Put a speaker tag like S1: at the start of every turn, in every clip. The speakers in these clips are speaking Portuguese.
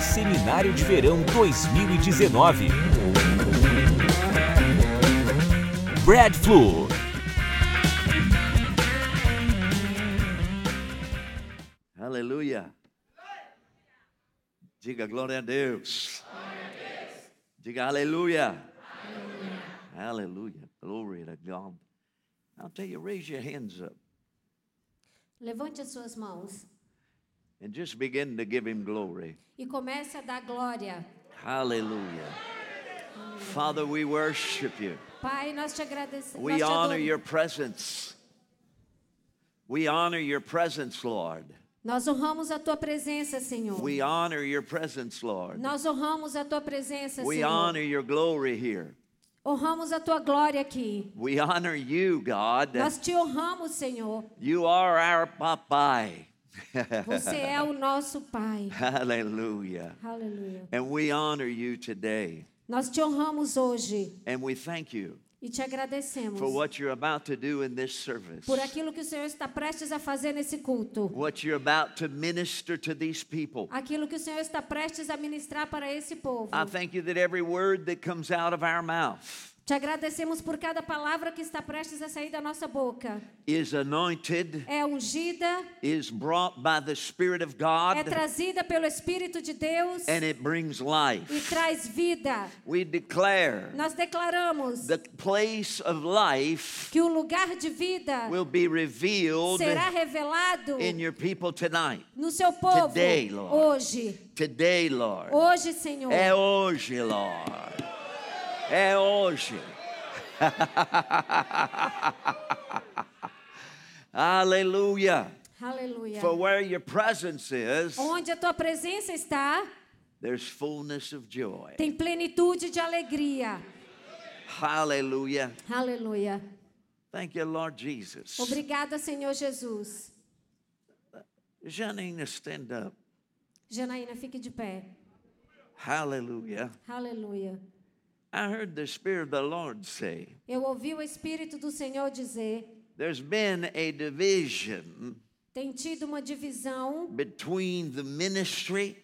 S1: Seminário de Verão 2019. Brad Flu.
S2: Aleluia. Diga glória a Deus. Diga aleluia. Hallelujah. Glory to God. I'll tell you, raise your hands up
S3: Levante as suas mãos
S2: and just begin to give him glory.
S3: e comece a dar glória.
S2: Hallelujah. Father, we worship you.
S3: Pai, nós te agradecemos.
S2: We honor your presence. We honor your presence, Lord.
S3: Nós honramos a tua presença, Senhor.
S2: We honor your presence, Lord.
S3: Nós honramos a tua presença,
S2: We
S3: Senhor.
S2: honor your glory here.
S3: Honramos a tua glória aqui.
S2: We honor you, God.
S3: Nós te honramos, Senhor.
S2: You are our papai.
S3: Você é o nosso Pai.
S2: Hallelujah.
S3: Aleluia.
S2: And we honor you today.
S3: Nós te honramos hoje
S2: And we thank you
S3: e te agradecemos
S2: for what you're about to do in this service.
S3: por aquilo que o Senhor está prestes a fazer nesse culto.
S2: What you're about to minister to these people.
S3: Aquilo que o Senhor está prestes a ministrar para esse povo.
S2: I thank you that every word that comes out of our mouth
S3: Te agradecemos por cada palavra que está prestes a sair da nossa boca.
S2: is anointed,
S3: É ungida,
S2: is brought by the Spirit of
S3: é
S2: God,
S3: trazida pelo Espírito de Deus
S2: and it brings
S3: e
S2: life.
S3: traz vida.
S2: We declare
S3: Nós declaramos
S2: the place of life
S3: que o lugar de vida
S2: will be revealed
S3: será revelado
S2: in your people tonight.
S3: no seu povo
S2: Today, Lord.
S3: hoje.
S2: Today, Lord.
S3: Hoje, Senhor.
S2: É hoje, Lord. É hoje. Hallelujah.
S3: Aleluia.
S2: For where your presence is,
S3: Onde a tua presença está,
S2: there's fullness of joy.
S3: tem plenitude de alegria.
S2: Hallelujah.
S3: Aleluia.
S2: Thank you, Lord Jesus.
S3: Obrigada, Senhor Jesus.
S2: Janina, stand up.
S3: Janaína, fique de pé.
S2: Hallelujah.
S3: Aleluia.
S2: I heard the Spirit of the Lord say,
S3: Eu ouvi o Espírito do Senhor dizer:
S2: there's been a division
S3: tem tido uma divisão
S2: between the ministry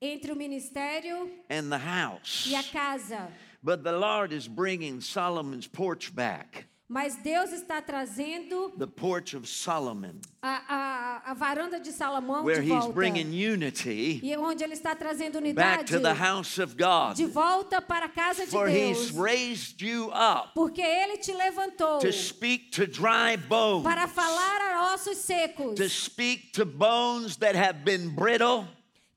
S3: entre o ministério
S2: and the house.
S3: e a casa.
S2: But the Lord is bringing Solomon's porch back,
S3: Mas Deus está trazendo
S2: the porch of Solomon,
S3: a, a, a varanda de Salomão
S2: where
S3: de
S2: he's
S3: volta.
S2: bringing unity
S3: E é onde ele está trazendo
S2: back
S3: unidade
S2: to the house of God.
S3: de volta para a casa de
S2: For
S3: Deus.
S2: he's raised you up
S3: Porque ele te levantou
S2: to speak to dry bones,
S3: Oh. para falar a ossos secos,
S2: to speak to bones that have been brittle,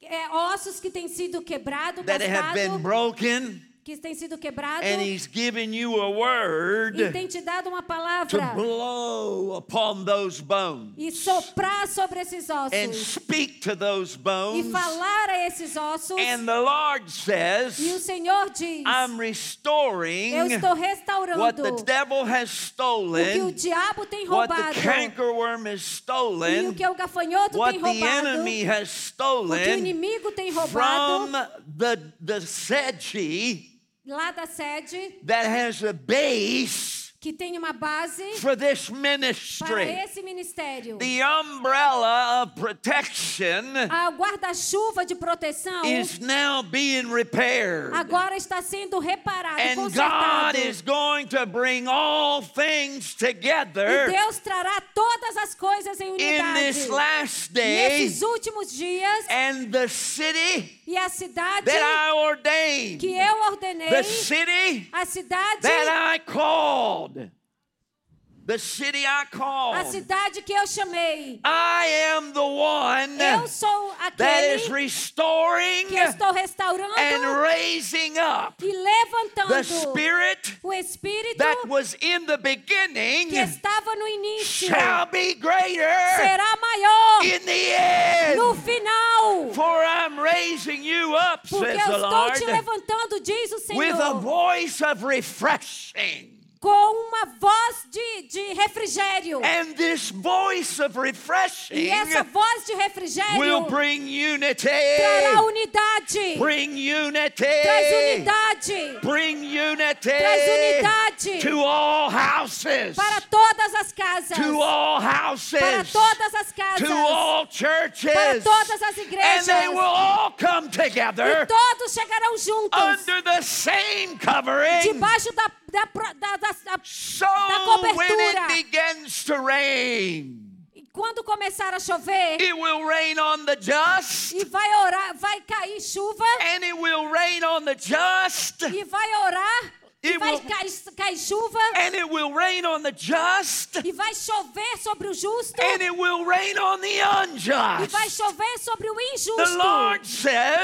S3: é, ossos que têm sido quebrados,
S2: that have been
S3: raspado,
S2: broken,
S3: que têm sido quebrados,
S2: and he's given you a
S3: e
S2: word
S3: tem te dado uma
S2: to
S3: palavra
S2: blow upon those bones
S3: e soprar sobre esses
S2: and
S3: ossos
S2: speak to those
S3: e
S2: bones.
S3: falar a esses ossos.
S2: And the Lord
S3: E o
S2: says,
S3: Senhor diz:
S2: I'm
S3: Eu
S2: restoring
S3: estou restaurando
S2: what the devil has
S3: o que o
S2: stolen,
S3: diabo tem
S2: what the
S3: roubado
S2: cankerworm has
S3: e o
S2: stolen,
S3: que o gafanhoto
S2: what
S3: tem
S2: the
S3: roubado,
S2: enemy has
S3: o que o
S2: stolen
S3: inimigo tem
S2: from
S3: roubado
S2: the, the sedgy
S3: lá da sede,
S2: that has a base
S3: que tem uma base
S2: for this
S3: para
S2: ministry.
S3: esse ministério.
S2: The umbrella of protection
S3: A guarda-chuva de proteção
S2: is now being repaired.
S3: agora está sendo reparado,
S2: And God
S3: consertado.
S2: is going to bring all things
S3: E
S2: together
S3: Deus trará todas as coisas em
S2: in
S3: unidade.
S2: this last day.
S3: Nesses últimos dias,
S2: And the city
S3: e a cidade
S2: that I ordained,
S3: que eu ordenei,
S2: the city
S3: a cidade,
S2: that I called, the city I
S3: a
S2: called,
S3: cidade que eu chamei.
S2: I am the one
S3: Eu sou
S2: É. that is
S3: aquele
S2: restoring
S3: que estou restaurando
S2: and raising up
S3: e
S2: the
S3: levantando
S2: spirit
S3: o espírito
S2: that was in the
S3: que
S2: beginning
S3: estava no início.
S2: shall be greater
S3: Será maior
S2: in the
S3: no
S2: end.
S3: final.
S2: For I'm raising you up,
S3: Porque
S2: says
S3: eu
S2: the
S3: estou te
S2: Lord.
S3: levantando, diz o
S2: with a
S3: Senhor,
S2: voice of refreshing.
S3: com uma voz de, de refrigério.
S2: And this voice of
S3: E
S2: refreshing
S3: essa voz de
S2: will
S3: refrigério
S2: bring unity.
S3: trará unidade.
S2: Bring unity.
S3: Traz unidade.
S2: Bring unity
S3: Traz unidade
S2: to all houses.
S3: para todas todas as casas,
S2: to all houses,
S3: para todas as
S2: to
S3: casas.
S2: all churches.
S3: para todas as
S2: and they
S3: igrejas.
S2: will all come
S3: E
S2: together
S3: todos chegarão juntos,
S2: under the same covering.
S3: debaixo da, da, pro- da, da, da-
S2: So
S3: cobertura.
S2: when it begins to rain,
S3: e quando começar a chover,
S2: it will rain on the just,
S3: e vai orar, vai cair chuva,
S2: and it will rain on the just,
S3: e vai orar, e
S2: It
S3: vai
S2: will-
S3: cair, cair chuva,
S2: and it will rain on the just,
S3: e vai chover sobre o justo,
S2: and it will rain on the
S3: e vai
S2: unjust.
S3: chover sobre o
S2: The Lord
S3: injusto.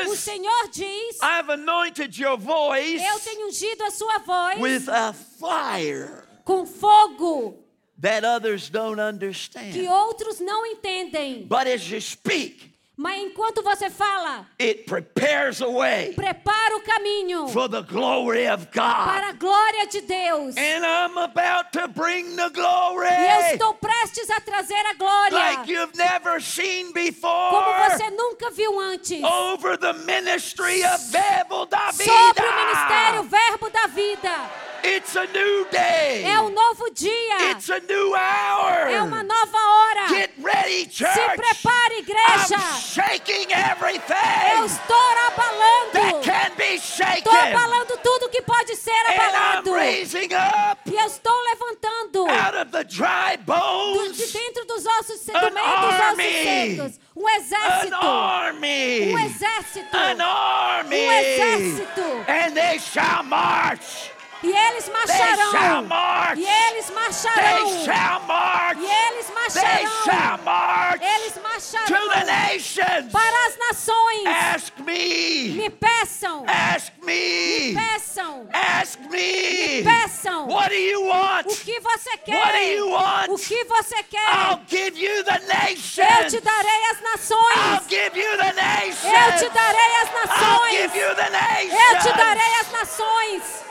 S3: O
S2: says,
S3: Senhor diz:
S2: I've anointed your
S3: Eu
S2: voice
S3: tenho ungido a sua voz
S2: with a fire
S3: com fogo
S2: that others don't
S3: que
S2: understand.
S3: outros não entendem.
S2: But as you speak,
S3: Mas enquanto você fala,
S2: it prepares a way
S3: prepara o caminho
S2: for the glory of God.
S3: para a glória de Deus. E
S2: And I'm about to bring the glory
S3: eu estou prestes a trazer a
S2: like
S3: glória
S2: you've never seen before
S3: como você nunca viu antes
S2: over the ministry of Verbo da
S3: sobre o ministério
S2: Vida.
S3: Verbo da Vida.
S2: Ah, It's a new day.
S3: É um novo dia,
S2: It's a new hour.
S3: é uma nova hora.
S2: Get ready, church.
S3: Se prepare, igreja.
S2: I'm shaking everything
S3: Eu estou
S2: that
S3: abalando,
S2: can be shaken.
S3: estou abalando tudo que pode ser
S2: and I'm
S3: abalado.
S2: raising up
S3: E eu estou levantando
S2: out of the dry
S3: do-
S2: bones
S3: de dentro dos ossos, se- do
S2: An
S3: meio dos ossos
S2: army.
S3: secos, um
S2: an
S3: exército,
S2: army.
S3: um exército,
S2: an army.
S3: um exército.
S2: And they shall march.
S3: E eles
S2: They shall
S3: marcharão.
S2: march.
S3: E eles
S2: They
S3: marcharão.
S2: shall march.
S3: E eles
S2: They shall
S3: marcharão.
S2: march
S3: Eles
S2: to the
S3: marcharão
S2: nations.
S3: para as nações.
S2: Ask me.
S3: Me peçam,
S2: Ask me.
S3: peçam,
S2: Ask me.
S3: peçam.
S2: What do you
S3: o
S2: want?
S3: que você
S2: What do
S3: quer?
S2: you want?
S3: O que você
S2: I'll
S3: quer?
S2: give you the
S3: Eu te
S2: nations.
S3: darei as
S2: I'll
S3: nações.
S2: give you the nations.
S3: Eu te darei as
S2: I'll
S3: nações.
S2: give you the
S3: Eu te
S2: nations.
S3: darei as nações.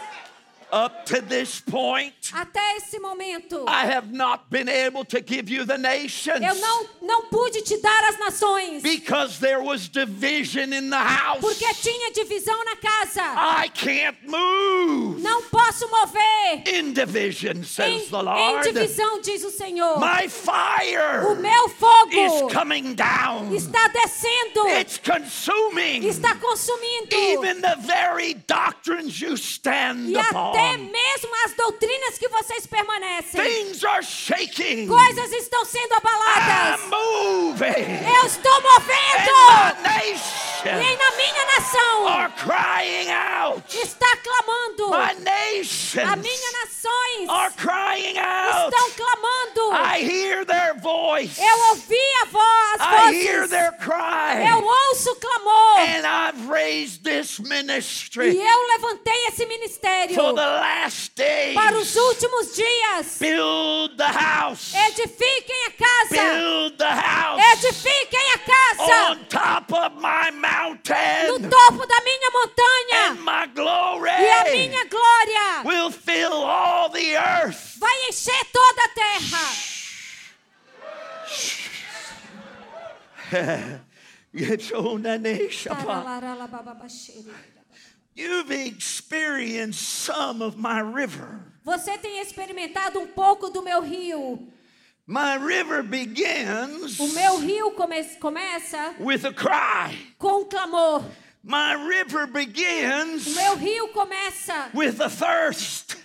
S2: Up to this point,
S3: Até esse momento,
S2: I have not been able to give you the nations
S3: eu não, não pude te dar as nações,
S2: because there was division in the
S3: porque
S2: house.
S3: tinha divisão na casa.
S2: I can't move
S3: Não posso mover
S2: in division,
S3: em,
S2: says the
S3: em
S2: Lord.
S3: divisão, diz o Senhor.
S2: My
S3: O
S2: fire
S3: meu
S2: is
S3: fogo
S2: coming down,
S3: está descendo,
S2: it's consuming
S3: está consumindo,
S2: even the very doctrines you stand
S3: e até
S2: upon.
S3: mesmo as doutrinas que vocês permanecem.
S2: Things are shaking.
S3: Coisas estão sendo abaladas.
S2: I'm moving.
S3: Eu estou
S2: And
S3: movendo
S2: the
S3: e
S2: nation
S3: na minha nação
S2: are crying out.
S3: está clamando.
S2: My
S3: A
S2: nations
S3: minha
S2: are
S3: nações
S2: crying out.
S3: estão clamando.
S2: I hear their voice.
S3: Eu ouvi a voz,
S2: I hear
S3: vozes.
S2: their cry.
S3: Eu ouço o clamor.
S2: And I've raised this
S3: E
S2: ministry
S3: eu levantei esse ministério
S2: for the last days.
S3: para os últimos dias.
S2: Build the house.
S3: Edifiquem a casa.
S2: Build the house.
S3: Edifiquem a casa
S2: On top of my
S3: no
S2: mountain.
S3: topo da minha
S2: And
S3: montanha.
S2: my
S3: E a
S2: glory
S3: minha glória
S2: will fill all the earth.
S3: vai encher toda a terra.
S2: Yetonaneshapa. You've experienced some of my river.
S3: Você tem experimentado um pouco do meu rio.
S2: My river begins
S3: O meu rio come- começa
S2: with a cry.
S3: com um clamor.
S2: My river
S3: O
S2: begins
S3: meu rio começa
S2: with a thirst.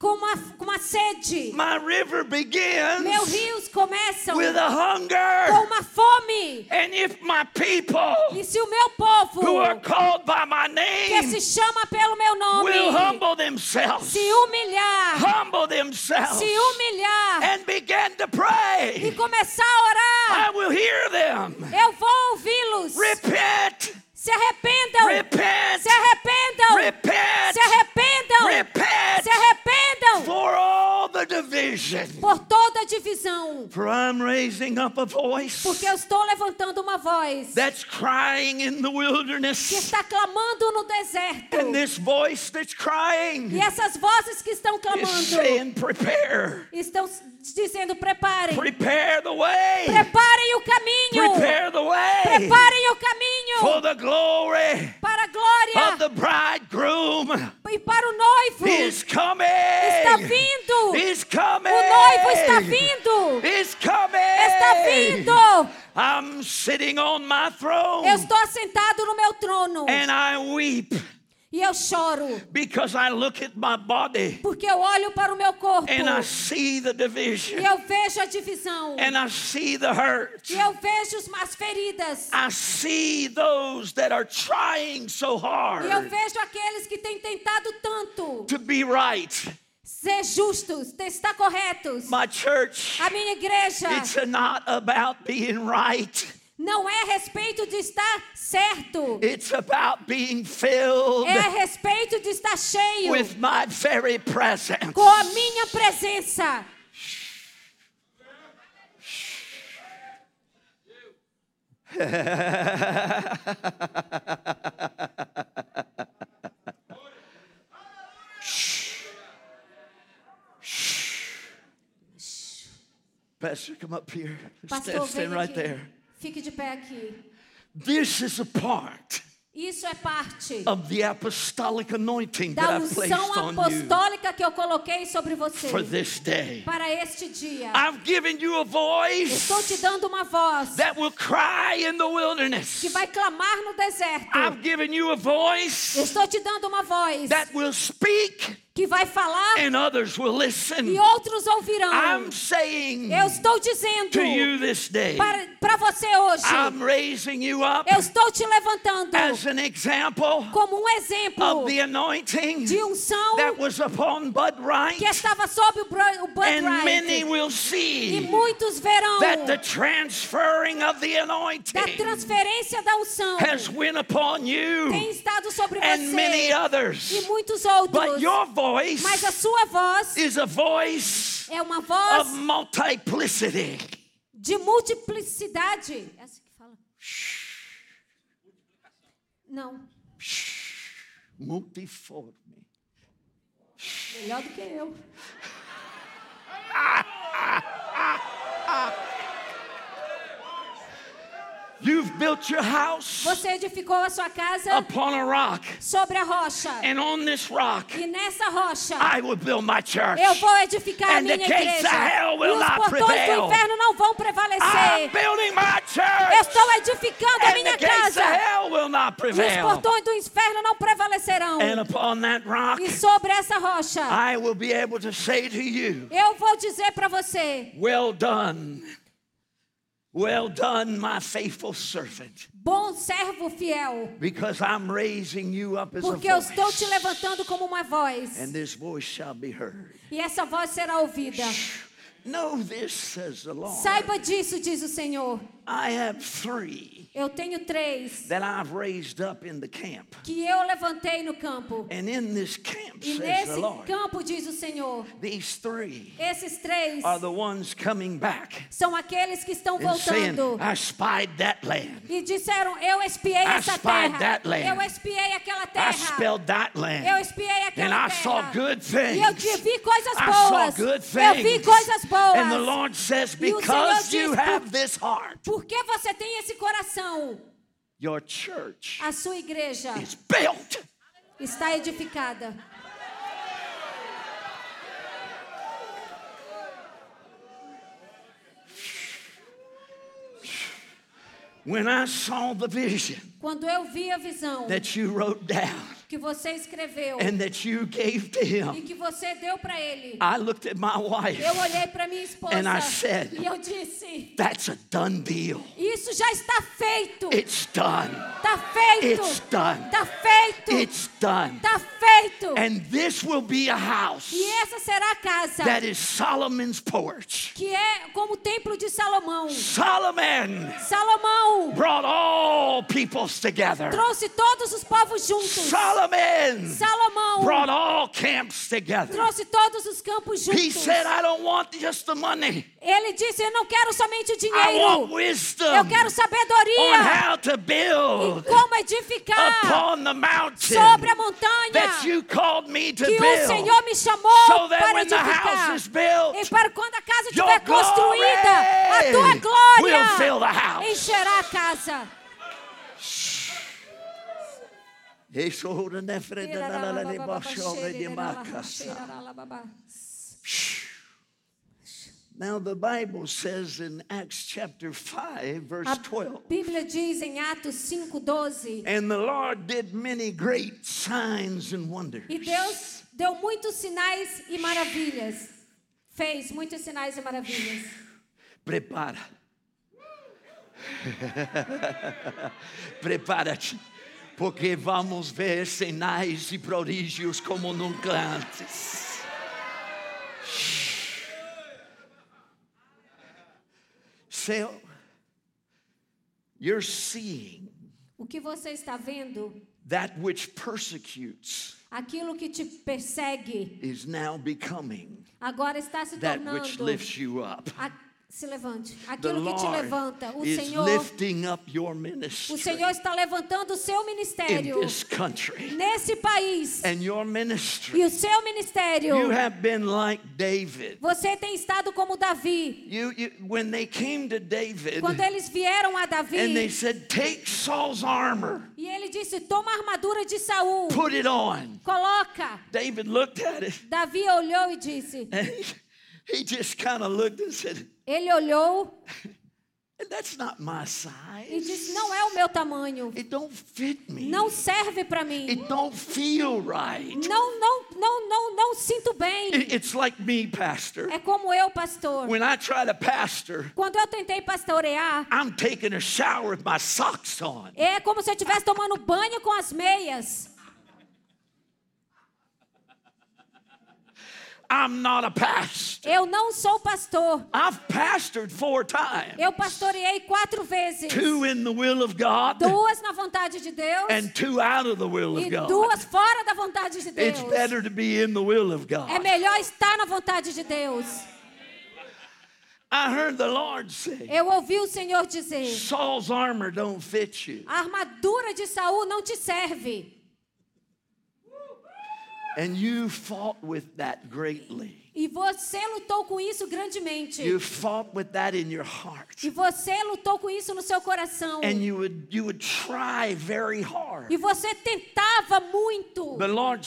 S3: com uma, com uma sede.
S2: My river
S3: Meus
S2: begins
S3: rios começam
S2: with a
S3: com
S2: hunger.
S3: uma fome.
S2: And if my people
S3: E se o meu
S2: who are
S3: povo,
S2: called by my
S3: que
S2: name
S3: se chama pelo meu
S2: will
S3: nome,
S2: humble themselves,
S3: se humilhar,
S2: humble themselves,
S3: se humilhar
S2: and begin to
S3: e
S2: pray,
S3: começar a
S2: I
S3: orar,
S2: will hear them.
S3: eu vou ouvi-los.
S2: Repent,
S3: Se arrependam.
S2: repent,
S3: Se arrependam.
S2: repent,
S3: Se arrependam. Se
S2: repent
S3: arrependam
S2: for all the division.
S3: por toda a divisão.
S2: For I'm raising up a voice
S3: Porque eu estou levantando uma voz
S2: that's crying in the
S3: que
S2: wilderness.
S3: está clamando no deserto.
S2: And this voice that's
S3: E
S2: crying
S3: essas vozes que estão
S2: is
S3: clamando
S2: saying, Prepare,
S3: estão s- dizendo: preparem,
S2: prepare the way,
S3: preparem o caminho,
S2: prepare the way
S3: preparem o
S2: for
S3: caminho
S2: the glory
S3: para a
S2: of
S3: glória
S2: the bridegroom.
S3: e para o noivo.
S2: He's coming.
S3: Está vindo,
S2: He's coming.
S3: o noivo povo está
S2: coming.
S3: vindo!
S2: It's coming.
S3: Está vindo!
S2: I'm sitting on my throne
S3: Eu estou sentado no meu trono
S2: and I weep
S3: e eu choro,
S2: because I look at my body
S3: porque eu olho para o meu corpo
S2: and I
S3: e
S2: see the division
S3: eu vejo a divisão,
S2: and I see the hurt.
S3: e eu vejo as más feridas,
S2: I see those that are trying so
S3: e eu
S2: hard
S3: vejo aqueles que têm tentado tanto
S2: to be right.
S3: ser justos, de estar corretos.
S2: My church,
S3: A minha igreja
S2: it's not about being right.
S3: não é a respeito de estar certo,
S2: It's about being filled
S3: é a respeito de estar cheio
S2: with my very presence.
S3: com a minha presença.
S2: Pastor, come up here.
S3: Pastor,
S2: Stand, stand
S3: vem
S2: right
S3: aqui.
S2: there.
S3: Fique de pé aqui.
S2: This is a part
S3: Isso é parte
S2: of the apostolic anointing Oh, that
S3: da
S2: I placed
S3: unção
S2: on you
S3: apostólica que eu coloquei sobre você
S2: for this day.
S3: para este dia.
S2: I've given you a voice
S3: Estou te dando uma voz
S2: that will cry in the wilderness.
S3: que vai clamar no deserto.
S2: I've given you a voice
S3: Estou te dando uma voz
S2: that will speak
S3: que vai falar
S2: and others will
S3: e
S2: listen.
S3: outros ouvirão.
S2: I'm saying
S3: Eu estou dizendo
S2: to you this day,
S3: para, para você hoje,
S2: I'm raising you up
S3: eu estou te levantando
S2: as an example
S3: como um exemplo
S2: of the anointing
S3: de unção
S2: that was upon Bud Wright,
S3: que estava sob o Bra- o Bud
S2: and many
S3: Wright.
S2: will
S3: E
S2: see
S3: muitos verão
S2: that the transferring of the
S3: da
S2: anointing
S3: transferência da unção
S2: has went upon
S3: tem
S2: you
S3: estado sobre
S2: and many
S3: você e
S2: others.
S3: muitos outros.
S2: But your
S3: Mas a
S2: voice
S3: sua voz
S2: is a voice
S3: é uma
S2: of
S3: voz
S2: multiplicity.
S3: de multiplicidade. É assim que fala? Não,
S2: Multiforme.
S3: melhor do que eu.
S2: You've built your house
S3: Você edificou a sua casa
S2: upon a rock,
S3: sobre a rocha.
S2: and on this rock
S3: E nessa rocha
S2: I will build my church.
S3: eu vou edificar a
S2: And the
S3: minha
S2: gates
S3: igreja.
S2: of hell
S3: E
S2: will
S3: os
S2: not
S3: portões do
S2: prevail.
S3: inferno não vão
S2: I'm
S3: prevalecer.
S2: building my
S3: Eu
S2: church.
S3: estou edificando a
S2: And
S3: minha
S2: the gates of
S3: casa.
S2: hell will not
S3: E os
S2: prevail.
S3: portões do inferno não prevalecerão.
S2: And upon that rock,
S3: E sobre essa rocha,
S2: I will be able to say to you,
S3: eu vou dizer para você:
S2: Well done. Well done, my faithful servant.
S3: bom servo fiel,
S2: Because I'm raising you up as a
S3: porque eu estou
S2: voice.
S3: te levantando como uma voz,
S2: And this voice shall be heard.
S3: e essa voz será ouvida.
S2: Know this, says the Lord.
S3: Saiba disso, diz o Senhor.
S2: I have three
S3: Eu tenho três
S2: that I've raised up in the camp.
S3: que eu levantei no campo,
S2: And in this camp, says
S3: e
S2: the
S3: nesse
S2: Lord,
S3: campo, diz o Senhor,
S2: these three
S3: esses três
S2: are the ones coming back.
S3: são aqueles que estão
S2: and saying, "Ah,
S3: voltando.
S2: I spied that land.
S3: E disseram: Eu espiei essa
S2: spied
S3: terra.
S2: that land.
S3: Eu espiei aquela
S2: I
S3: terra.
S2: spelled that
S3: Eu
S2: land.
S3: espiei
S2: And
S3: aquela
S2: I saw
S3: terra.
S2: good
S3: E
S2: things.
S3: eu te vi coisas
S2: I saw
S3: boas.
S2: good
S3: Eu
S2: things.
S3: vi coisas
S2: And the
S3: boas.
S2: Lord says,
S3: E o Senhor
S2: because you
S3: diz,
S2: have this heart,
S3: Porque você tem esse coração,
S2: your church
S3: a sua igreja
S2: is built.
S3: está edificada.
S2: When I saw the vision
S3: Quando eu vi a visão
S2: that you wrote down
S3: que você escreveu
S2: and that you gave to
S3: e
S2: him,
S3: que você deu para ele,
S2: I looked at my
S3: eu
S2: wife.
S3: olhei para minha esposa
S2: And I said-
S3: e eu disse:
S2: That's a done deal.
S3: Isso já está feito.
S2: It's done.
S3: Está feito.
S2: It's done.
S3: Está feito.
S2: It's done.
S3: Está feito.
S2: And this will be a house
S3: E essa será a casa
S2: that is Solomon's porch.
S3: que é como o templo de Salomão.
S2: Solomon
S3: Salomão
S2: brought all peoples together.
S3: trouxe todos os povos juntos.
S2: Solomon
S3: Salomão
S2: brought all camps together.
S3: trouxe todos os campos
S2: He
S3: juntos.
S2: said, I don't want just the money.
S3: Ele disse: Eu não quero somente o
S2: I want
S3: dinheiro, eu
S2: wisdom
S3: quero
S2: on
S3: sabedoria
S2: how to
S3: e
S2: build
S3: como edificar
S2: upon the mountain
S3: sobre a montanha
S2: that you called me to
S3: que o
S2: build.
S3: Senhor me
S2: So
S3: chamou
S2: that
S3: para
S2: when the house
S3: edificar.
S2: is built,
S3: E para quando a casa
S2: your
S3: estiver construída, a tua
S2: glory will fill the
S3: glória
S2: house.
S3: encherá a casa.
S2: Now, the Bible says in Acts chapter 5,
S3: A
S2: verse 12,
S3: Bíblia diz em Atos 5,12:
S2: and the Lord did many great signs and wonders.
S3: E Deus deu muitos sinais e maravilhas. Fez muitos sinais e maravilhas.
S2: Prepara. Prepara-te, porque vamos ver sinais e prodígios como nunca antes. So, you're seeing
S3: O que você está vendo,
S2: that which persecutes
S3: aquilo que te persegue,
S2: is now becoming
S3: agora está se
S2: that which
S3: tornando.
S2: lifts you up.
S3: a- se levante.
S2: The
S3: Aquilo que te
S2: Lord
S3: levanta. O
S2: is
S3: Senhor,
S2: lifting up your
S3: o
S2: ministry.
S3: Senhor está levantando o seu
S2: in
S3: ministério
S2: this country
S3: nesse país.
S2: and your ministry.
S3: E o seu ministério.
S2: You have been like David.
S3: Você tem estado como Davi.
S2: You, you when they came to David
S3: Quando eles vieram a
S2: and they
S3: Davi
S2: said, "Take Saul's armor,
S3: e ele disse: Toma a armadura de Saul,
S2: put it on."
S3: coloca.
S2: David looked at it
S3: Davi olhou e disse:
S2: and he just kind of looked and said,
S3: Ele olhou
S2: "That's not my
S3: e disse:
S2: size.
S3: Não é o meu tamanho,
S2: It don't fit me.
S3: não serve para mim,
S2: It don't feel right.
S3: não, não, não, não, não sinto bem.
S2: It- it's like me, pastor.
S3: É como eu, pastor.
S2: When I try to pastor,
S3: Quando eu tentei pastorear,
S2: I'm taking a shower with my socks on."
S3: é como se eu estivesse tomando banho com as meias.
S2: I'm not a pastor.
S3: Eu não sou pastor.
S2: I've pastored four times.
S3: Eu pastoreei quatro vezes,
S2: Two in the will of God
S3: duas na vontade de Deus
S2: and two out of the will
S3: e
S2: of God.
S3: duas fora da vontade de
S2: It's
S3: Deus.
S2: better to be in the will of God.
S3: É melhor estar na vontade de Deus.
S2: I heard the Lord say,
S3: Eu ouvi o Senhor dizer:
S2: Saul's armor don't fit you.
S3: a armadura de Saul não te serve.
S2: And you fought with that greatly.
S3: E você lutou com isso grandemente.
S2: You fought with that in your heart.
S3: E você lutou com isso no seu coração.
S2: And you would you would try very hard.
S3: E você tentava muito.
S2: The Lord
S3: O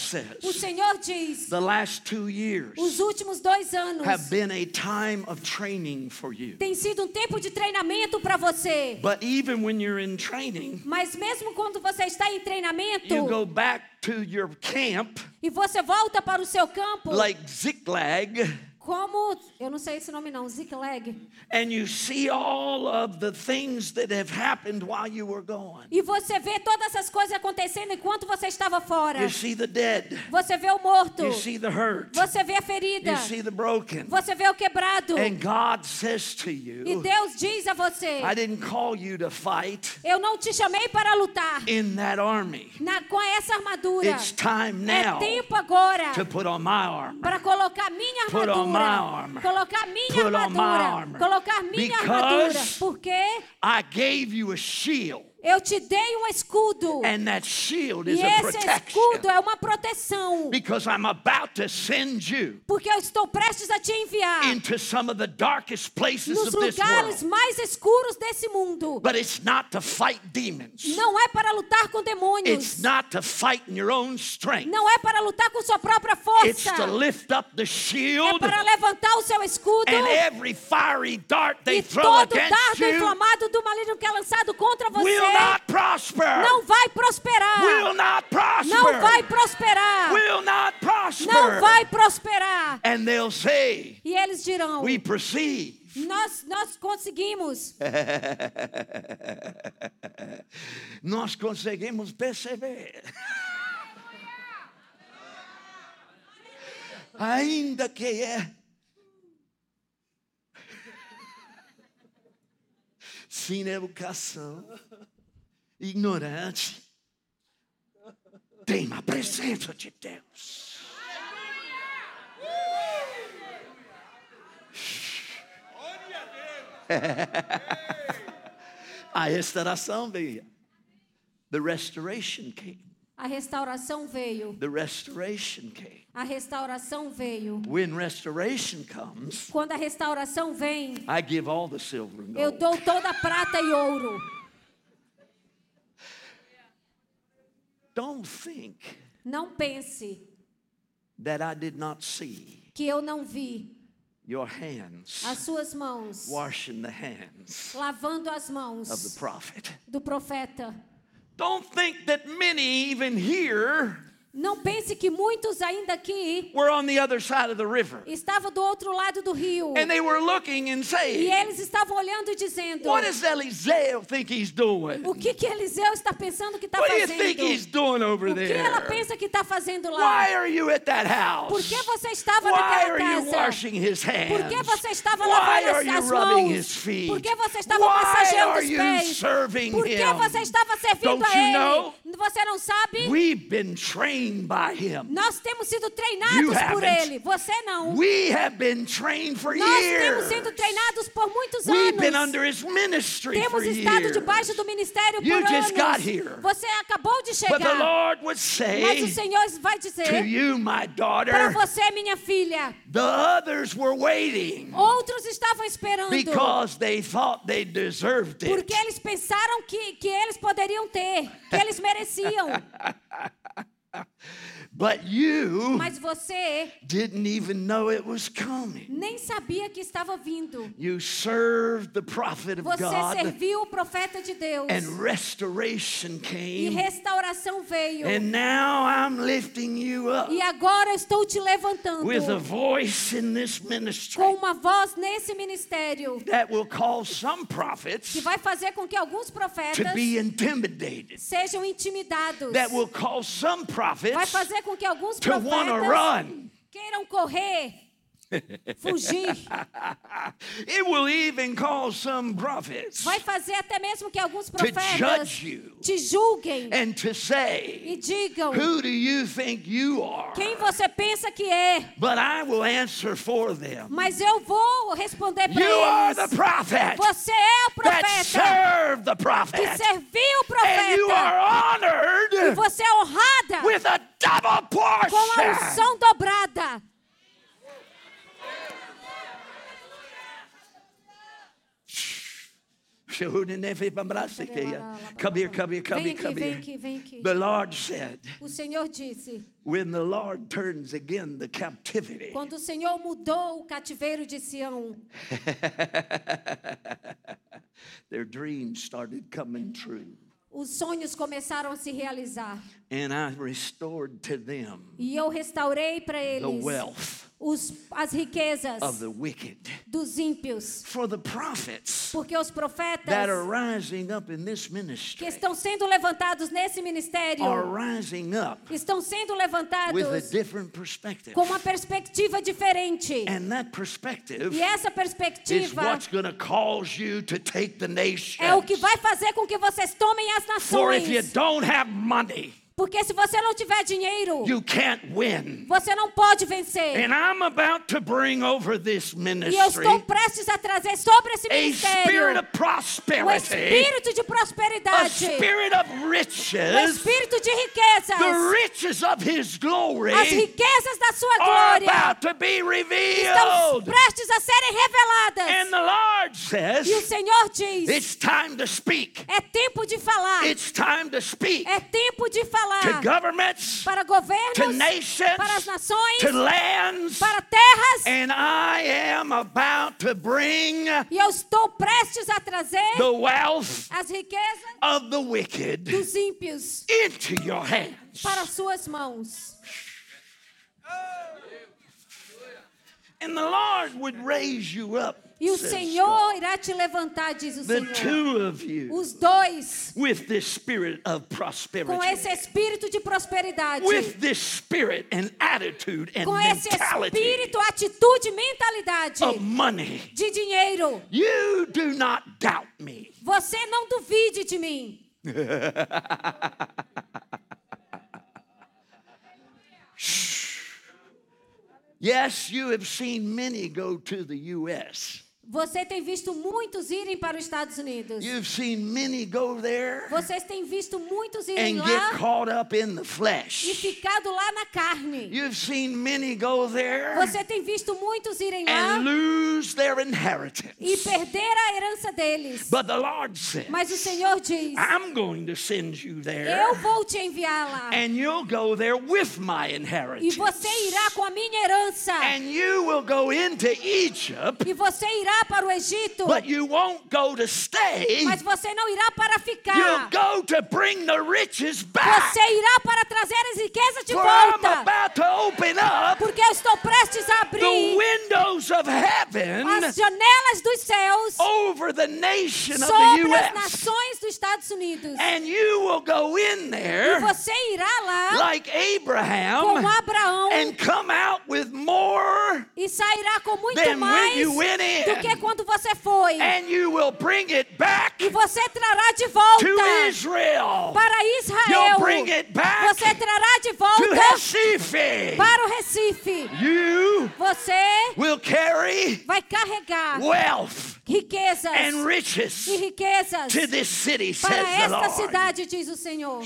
S2: says
S3: Senhor diz:
S2: the last two years
S3: os últimos dois anos
S2: have been a time of training for you.
S3: tem sido um tempo de treinamento para você.
S2: But even when you're in training,
S3: Mas mesmo quando você está em treinamento
S2: you go back to your camp
S3: e você volta para o seu campo,
S2: like Ziklag
S3: como. Eu não sei esse nome, não. Ziklag.
S2: and you see all of the things that have happened while you were gone.
S3: E você vê todas essas coisas acontecendo enquanto você estava fora.
S2: You see the dead,
S3: Você vê o morto.
S2: you see the hurt,
S3: Você vê a ferida.
S2: you see the broken.
S3: Você vê o quebrado.
S2: And God says to
S3: E
S2: you,
S3: Deus diz a você:
S2: I didn't call you to fight
S3: Eu não te chamei para lutar
S2: in that army.
S3: na- com essa armadura.
S2: It's time
S3: É
S2: now
S3: tempo agora
S2: to put on my armor.
S3: para colocar minha
S2: Put on my
S3: armadura.
S2: armor.
S3: Colocar minha
S2: Put on my
S3: armadura.
S2: armor.
S3: Colocar minha
S2: Because-
S3: armadura. Porque
S2: I gave you a shield,
S3: eu te dei um escudo.
S2: and that shield
S3: E
S2: is a
S3: esse escudo
S2: protection
S3: é uma proteção.
S2: because I'm about to send you
S3: Porque eu estou prestes a te enviar
S2: into some of the darkest places
S3: nos
S2: of this
S3: lugares
S2: world.
S3: mais escuros desse mundo.
S2: But it's not to fight demons.
S3: Não é para lutar com
S2: It's
S3: demônios.
S2: not to fight in your own strength.
S3: Não é para lutar com sua própria
S2: It's
S3: força.
S2: to lift up the
S3: É
S2: shield
S3: para levantar o seu escudo
S2: and every fiery dart they
S3: e
S2: throw
S3: todo
S2: against
S3: dardo
S2: you
S3: inflamado do maligno que é lançado contra
S2: will
S3: você
S2: not prosper.
S3: não vai prosperar.
S2: Will not
S3: Não vai
S2: prosper.
S3: prosperar.
S2: Will not
S3: Não vai
S2: prosper.
S3: prosperar.
S2: And they'll say,
S3: E eles dirão:
S2: We perceive.
S3: nós, nós conseguimos,
S2: Nós conseguimos perceber. Ainda que é sem educação, ignorante, tem a presença de Deus. A restauração veio. The restoration came.
S3: a restauração veio.
S2: The restoration came.
S3: A restauração veio.
S2: When restoration comes,
S3: Quando a restauração vem,
S2: I give all the silver and
S3: eu
S2: gold.
S3: dou toda a prata e ouro.
S2: Don't think
S3: Não pense
S2: that I did not see
S3: que eu não vi
S2: your hands,
S3: as suas mãos,
S2: washing the hands
S3: lavando as
S2: of the
S3: mãos
S2: prophet.
S3: do profeta.
S2: Don't think that many, even here,
S3: Não pense que muitos ainda aqui
S2: were on the other side of the river.
S3: estavam do outro lado do rio
S2: And they were looking and
S3: e
S2: saying,
S3: eles estavam olhando e dizendo:
S2: What does Eliseo think he's doing?
S3: O que que Eliseu está pensando que está
S2: What do you think he's
S3: fazendo?
S2: doing over
S3: O que ela
S2: there?
S3: pensa que está fazendo lá?
S2: Why are you at that house?
S3: Por que você estava
S2: Why
S3: naquela
S2: are you
S3: casa?
S2: washing his hands?
S3: Por que você estava
S2: Why
S3: lavando
S2: are
S3: as,
S2: you
S3: as
S2: rubbing
S3: mãos?
S2: his feet?
S3: Por que você estava
S2: Why
S3: massageando
S2: are
S3: os
S2: you
S3: pés?
S2: serving
S3: Por que
S2: him?
S3: você estava servindo
S2: Don't
S3: a
S2: you
S3: ele?
S2: know?
S3: Você não sabe?
S2: We've been trained by him.
S3: Nós temos sido
S2: You
S3: treinados por
S2: haven't.
S3: ele. Você não.
S2: We have been trained for
S3: Nós
S2: years.
S3: temos sido treinados por muitos
S2: We've been
S3: anos.
S2: under his ministry for
S3: Temos estado
S2: years.
S3: debaixo do ministério por
S2: You
S3: anos.
S2: just got here.
S3: Você acabou de
S2: But the
S3: chegar.
S2: Lord would
S3: Mas o
S2: say
S3: Senhor vai
S2: to
S3: dizer
S2: you, my
S3: para
S2: daughter,
S3: você, minha filha.
S2: the others were waiting
S3: Outros estavam esperando.
S2: because they thought they deserved it.
S3: Porque eles pensaram que, que eles poderiam ter, que eles mereciam.
S2: But you
S3: Mas você
S2: didn't even know it was coming.
S3: nem sabia que estava vindo.
S2: You served the prophet of
S3: Você
S2: God,
S3: serviu o profeta de Deus.
S2: and restoration
S3: E
S2: came.
S3: restauração veio.
S2: And now I'm lifting you up
S3: E agora eu estou te levantando
S2: with a voice in this
S3: com
S2: ministry
S3: uma voz nesse ministério
S2: that will cause some
S3: que
S2: prophets
S3: vai fazer com que alguns
S2: to
S3: profetas
S2: be intimidated,
S3: sejam intimidados.
S2: that will cause some
S3: Vai
S2: prophets
S3: fazer com que alguns
S2: to want to
S3: profetas
S2: run.
S3: queiram correr, fugir.
S2: It will even cause some prophets
S3: Vai fazer até mesmo que alguns
S2: to
S3: profetas
S2: judge you
S3: te julguem
S2: and to say,
S3: e digam
S2: Who do you think you are?
S3: quem você pensa que é.
S2: But I will answer for them.
S3: Mas eu vou responder
S2: You
S3: para
S2: are
S3: eles.
S2: the prophet
S3: Você é o
S2: that
S3: profeta
S2: served the
S3: que
S2: prophet,
S3: serviu o
S2: and you
S3: profeta.
S2: are
S3: E
S2: honored
S3: você é honrada
S2: with a double
S3: com a
S2: portion.
S3: unção dobrada.
S2: Come here, come here, come
S3: Vem
S2: here,
S3: aqui,
S2: come
S3: vem
S2: here.
S3: aqui, vem aqui.
S2: The Lord said,
S3: O Senhor disse,
S2: When the Lord turns again the captivity,
S3: quando o Senhor mudou o cativeiro de Sião,
S2: their dreams started coming true.
S3: os sonhos começaram a se realizar.
S2: And I restored to them
S3: E eu restaurei para
S2: the
S3: eles
S2: wealth
S3: os- as riquezas
S2: of the wicked.
S3: dos ímpios.
S2: For the prophets
S3: Porque os
S2: that are
S3: profetas
S2: rising up in this
S3: que
S2: ministry
S3: estão sendo levantados nesse ministério
S2: are rising up
S3: estão sendo
S2: with a
S3: levantados
S2: different perspective.
S3: com uma perspectiva diferente.
S2: And that perspective
S3: E essa
S2: is
S3: perspectiva
S2: what's going to cause you to take the nation.
S3: é o que vai fazer com que vocês tomem as
S2: For if you
S3: nações.
S2: don't have money,
S3: Porque se você não tiver dinheiro,
S2: you can't win.
S3: você não pode vencer.
S2: And I'm about to bring over this
S3: E eu
S2: ministry
S3: estou prestes a trazer sobre esse
S2: a spirit
S3: ministério
S2: of É
S3: o
S2: prosperity,
S3: espírito de
S2: a
S3: prosperidade,
S2: spirit of
S3: o
S2: riches.
S3: espírito de
S2: The
S3: riquezas,
S2: riches of his glory
S3: as riquezas da sua
S2: are
S3: glória
S2: about to be
S3: estão
S2: revealed.
S3: prestes a serem
S2: And
S3: reveladas.
S2: the Lord
S3: E o
S2: says,
S3: Senhor diz:
S2: it's time to speak.
S3: é tempo de falar,
S2: It's time to speak
S3: é tempo de
S2: to
S3: falar
S2: governments,
S3: para
S2: to
S3: governos,
S2: nations,
S3: para as nações,
S2: to lands.
S3: para terras.
S2: And I am about to bring
S3: E eu estou prestes a trazer
S2: the wealth
S3: as riquezas
S2: of the wicked
S3: dos ímpios
S2: into your hands.
S3: para suas mãos.
S2: And the Lord would raise you up.
S3: E o
S2: says God.
S3: Senhor irá te levantar, diz o
S2: The
S3: Senhor.
S2: two of you
S3: Os dois
S2: with this spirit of
S3: com esse
S2: prosperity.
S3: espírito de prosperidade,
S2: With this spirit and attitude and
S3: com esse
S2: mentality
S3: espírito, atitude, mentalidade
S2: of money.
S3: de dinheiro.
S2: You do not doubt me.
S3: Você não duvide de mim.
S2: Yes, you have seen many go to the U.S.
S3: Você tem visto muitos irem para os Estados Unidos.
S2: You've seen many go there
S3: Vocês têm visto muitos irem
S2: and get
S3: lá
S2: caught up in the
S3: e
S2: flesh.
S3: ficado lá na carne.
S2: You've seen many go there
S3: Você tem visto muitos irem lá
S2: and lose their
S3: e
S2: inheritance.
S3: perder a herança deles.
S2: But the Lord said,
S3: Mas o Senhor diz:
S2: I'm going to send you
S3: Eu
S2: there,
S3: vou te enviar lá.
S2: and you'll go there with my
S3: E
S2: inheritance.
S3: você irá com a minha herança.
S2: And you will go into Egypt,
S3: E você irá para o Egito.
S2: but you won't go to stay.
S3: Mas você não irá para
S2: You'll
S3: ficar.
S2: go to bring the riches back.
S3: Você irá para trazer as riquezas de
S2: For I'm
S3: volta.
S2: about to open up
S3: Porque eu estou prestes a
S2: the
S3: abrir
S2: windows of heaven
S3: as janelas dos céus
S2: over the nation of the
S3: sobre as
S2: U.S.
S3: nações dos Estados Unidos.
S2: And you will go in
S3: E
S2: there
S3: você irá lá
S2: like
S3: com
S2: Abraham
S3: Abraão
S2: and come out with more
S3: e sairá com muito
S2: than when
S3: mais
S2: you went
S3: do que
S2: in.
S3: quando você foi.
S2: And you will bring it back
S3: E
S2: to
S3: você trará de volta
S2: Israel,
S3: para
S2: You'll
S3: Israel.
S2: bring it back
S3: Você trará de
S2: to
S3: volta
S2: Hesife.
S3: para o Recife.
S2: You
S3: Você
S2: will carry
S3: vai carregar
S2: wealth
S3: riquezas
S2: and
S3: e
S2: riches
S3: riquezas
S2: to this city,
S3: para
S2: says the
S3: esta
S2: Lord.
S3: cidade, diz o Senhor.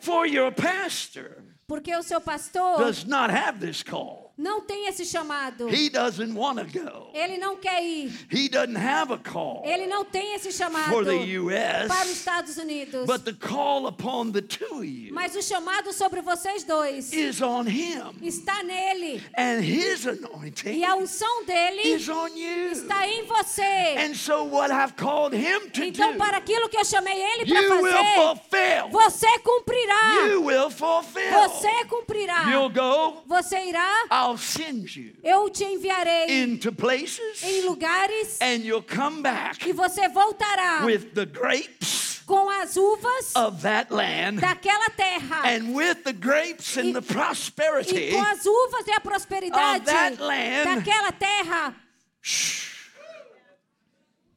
S2: For your pastor
S3: Porque o seu pastor
S2: does not have this call.
S3: não tem esse chamado.
S2: He doesn't want to go.
S3: Ele não quer ir.
S2: He doesn't have a call
S3: Ele não tem esse chamado
S2: for the
S3: para os
S2: U.S.,
S3: Estados Unidos.
S2: but the call upon the two of you
S3: Mas o chamado sobre vocês dois
S2: is on him,
S3: está nele.
S2: and his
S3: E
S2: anointing
S3: a unção dele
S2: is on you.
S3: está em você.
S2: And so, what I've called him to
S3: Então,
S2: do,
S3: para aquilo que eu chamei ele para
S2: you will
S3: fazer,
S2: fulfill.
S3: você cumprirá.
S2: You will fulfill.
S3: Você cumprirá.
S2: You'll go,
S3: Você irá,
S2: I'll send you
S3: eu te enviarei
S2: into places,
S3: em lugares
S2: and you'll come back
S3: e você voltará
S2: with the grapes
S3: com as uvas
S2: of that land
S3: daquela terra
S2: and with the grapes and the
S3: e
S2: prosperity.
S3: com as uvas e a prosperidade
S2: of that land.
S3: daquela terra.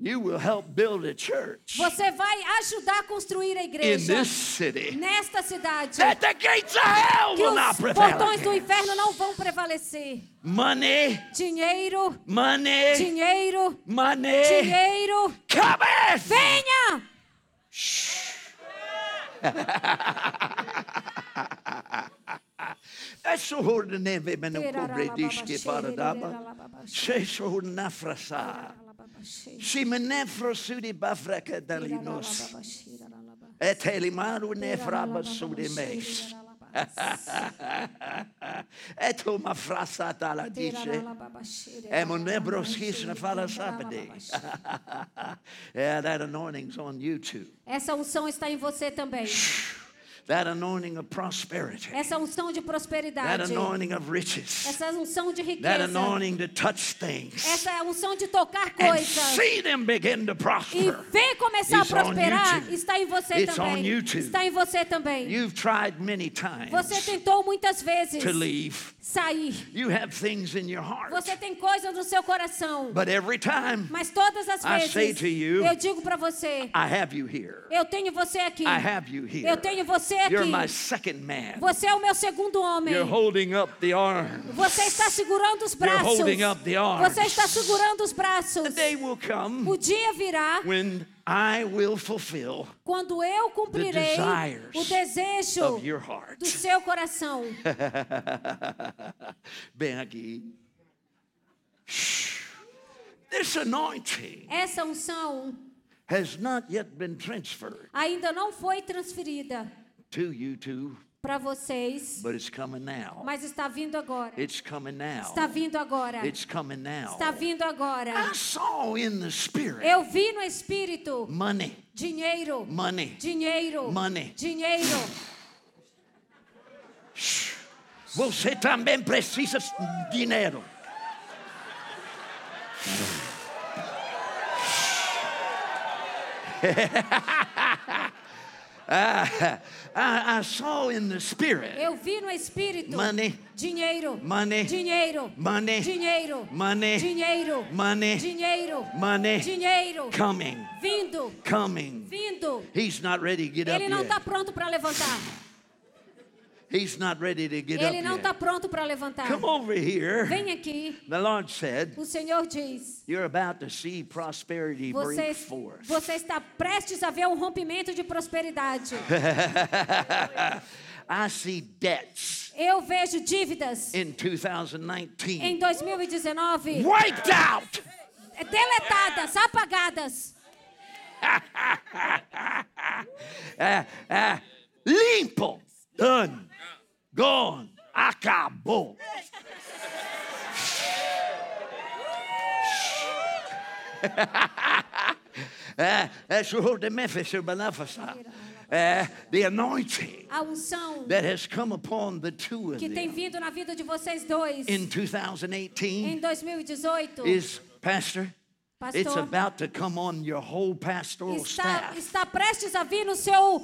S2: You will help build a church
S3: Você vai ajudar a construir a
S2: in
S3: igreja
S2: this city
S3: nesta cidade.
S2: that the gates of hell
S3: Que
S2: will not
S3: os
S2: prevail.
S3: portões do
S2: against.
S3: inferno não vão prevalecer.
S2: Money,
S3: Dinheiro,
S2: money,
S3: dinheiro,
S2: money,
S3: dinheiro.
S2: cometh.
S3: Venha!
S2: Esordineve menocobredishke paradaba. Sesordinafrasa. Simenefrosudi bafrakadalinos. é Etelimaru nefrabasudimes. Etoma frasa taladice. É meu nebro esquece na fala sábade. Yeah, that anointing's on you too.
S3: Essa unção está em você também.
S2: That anointing of prosperity.
S3: Essa unção de
S2: That
S3: prosperidade.
S2: anointing of riches.
S3: Essa unção de
S2: That
S3: riqueza.
S2: anointing to touch things
S3: Essa é unção de tocar
S2: and
S3: coisas.
S2: see them begin to
S3: E
S2: prosper.
S3: ver começar a
S2: It's on
S3: prosperar
S2: YouTube.
S3: está em você
S2: It's on
S3: também.
S2: YouTube.
S3: Está em você também.
S2: You've tried many times
S3: Você tentou muitas vezes
S2: to leave.
S3: sair.
S2: You have things in your heart.
S3: Você tem coisas no seu coração.
S2: But every time
S3: Mas todas as
S2: I say
S3: vezes
S2: to you,
S3: eu digo para você,
S2: I have you here.
S3: eu tenho você aqui.
S2: I have you here.
S3: Eu tenho você
S2: You're my
S3: aqui.
S2: second man.
S3: Você é o meu segundo homem.
S2: You're holding up the arm.
S3: Você está segurando os braços.
S2: holding up the arms.
S3: Você está segurando os braços.
S2: The day will come
S3: O dia virá
S2: when I will fulfill
S3: quando eu cumprirei
S2: desires
S3: o desejo
S2: of your heart.
S3: do seu coração.
S2: Bem aqui. Shh. This anointing
S3: Essa unção
S2: has not yet been transferred
S3: ainda não foi transferida
S2: to you two,
S3: para vocês,
S2: but it's coming now.
S3: mas está vindo agora.
S2: It's coming now.
S3: Está vindo agora.
S2: It's Ah. coming now.
S3: Está vindo agora.
S2: I saw in the spirit
S3: Eu vi no espírito
S2: money,
S3: dinheiro,
S2: money.
S3: dinheiro,
S2: Money.
S3: dinheiro.
S2: Você também precisa de dinheiro. Ah, I, I saw in the spirit
S3: Eu vi no espírito
S2: Money.
S3: dinheiro,
S2: Money.
S3: dinheiro,
S2: money,
S3: dinheiro,
S2: money,
S3: dinheiro,
S2: money,
S3: dinheiro,
S2: money
S3: dinheiro,
S2: coming,
S3: vindo,
S2: coming.
S3: vindo.
S2: He's not ready to get up
S3: Ele não está
S2: yet.
S3: pronto para levantar.
S2: He's not ready to get up
S3: Ele não está
S2: yet.
S3: pronto para levantar.
S2: Come over here.
S3: Vem aqui.
S2: The Lord said,
S3: O Senhor diz:
S2: You're about to see prosperity
S3: você,
S2: break forth. É.
S3: você está prestes a ver um rompimento de prosperidade.
S2: I see debts
S3: Eu vejo dívidas
S2: in
S3: em
S2: 2019
S3: 2019
S2: wiped out.
S3: deletadas, apagadas,
S2: Ah, ah, limpo. Done. Gone. Acabou. Ah, that's the whole de Memphis, the Beneficent. Ah, the anointing
S3: a unção
S2: that has come upon the two of
S3: que tem
S2: them
S3: vindo na vida de vocês dois
S2: in
S3: em
S2: 2018
S3: 2018
S2: is, Pastor, it's
S3: Pastor.
S2: about to come on your whole pastoral
S3: está,
S2: staff
S3: está prestes a vir no seu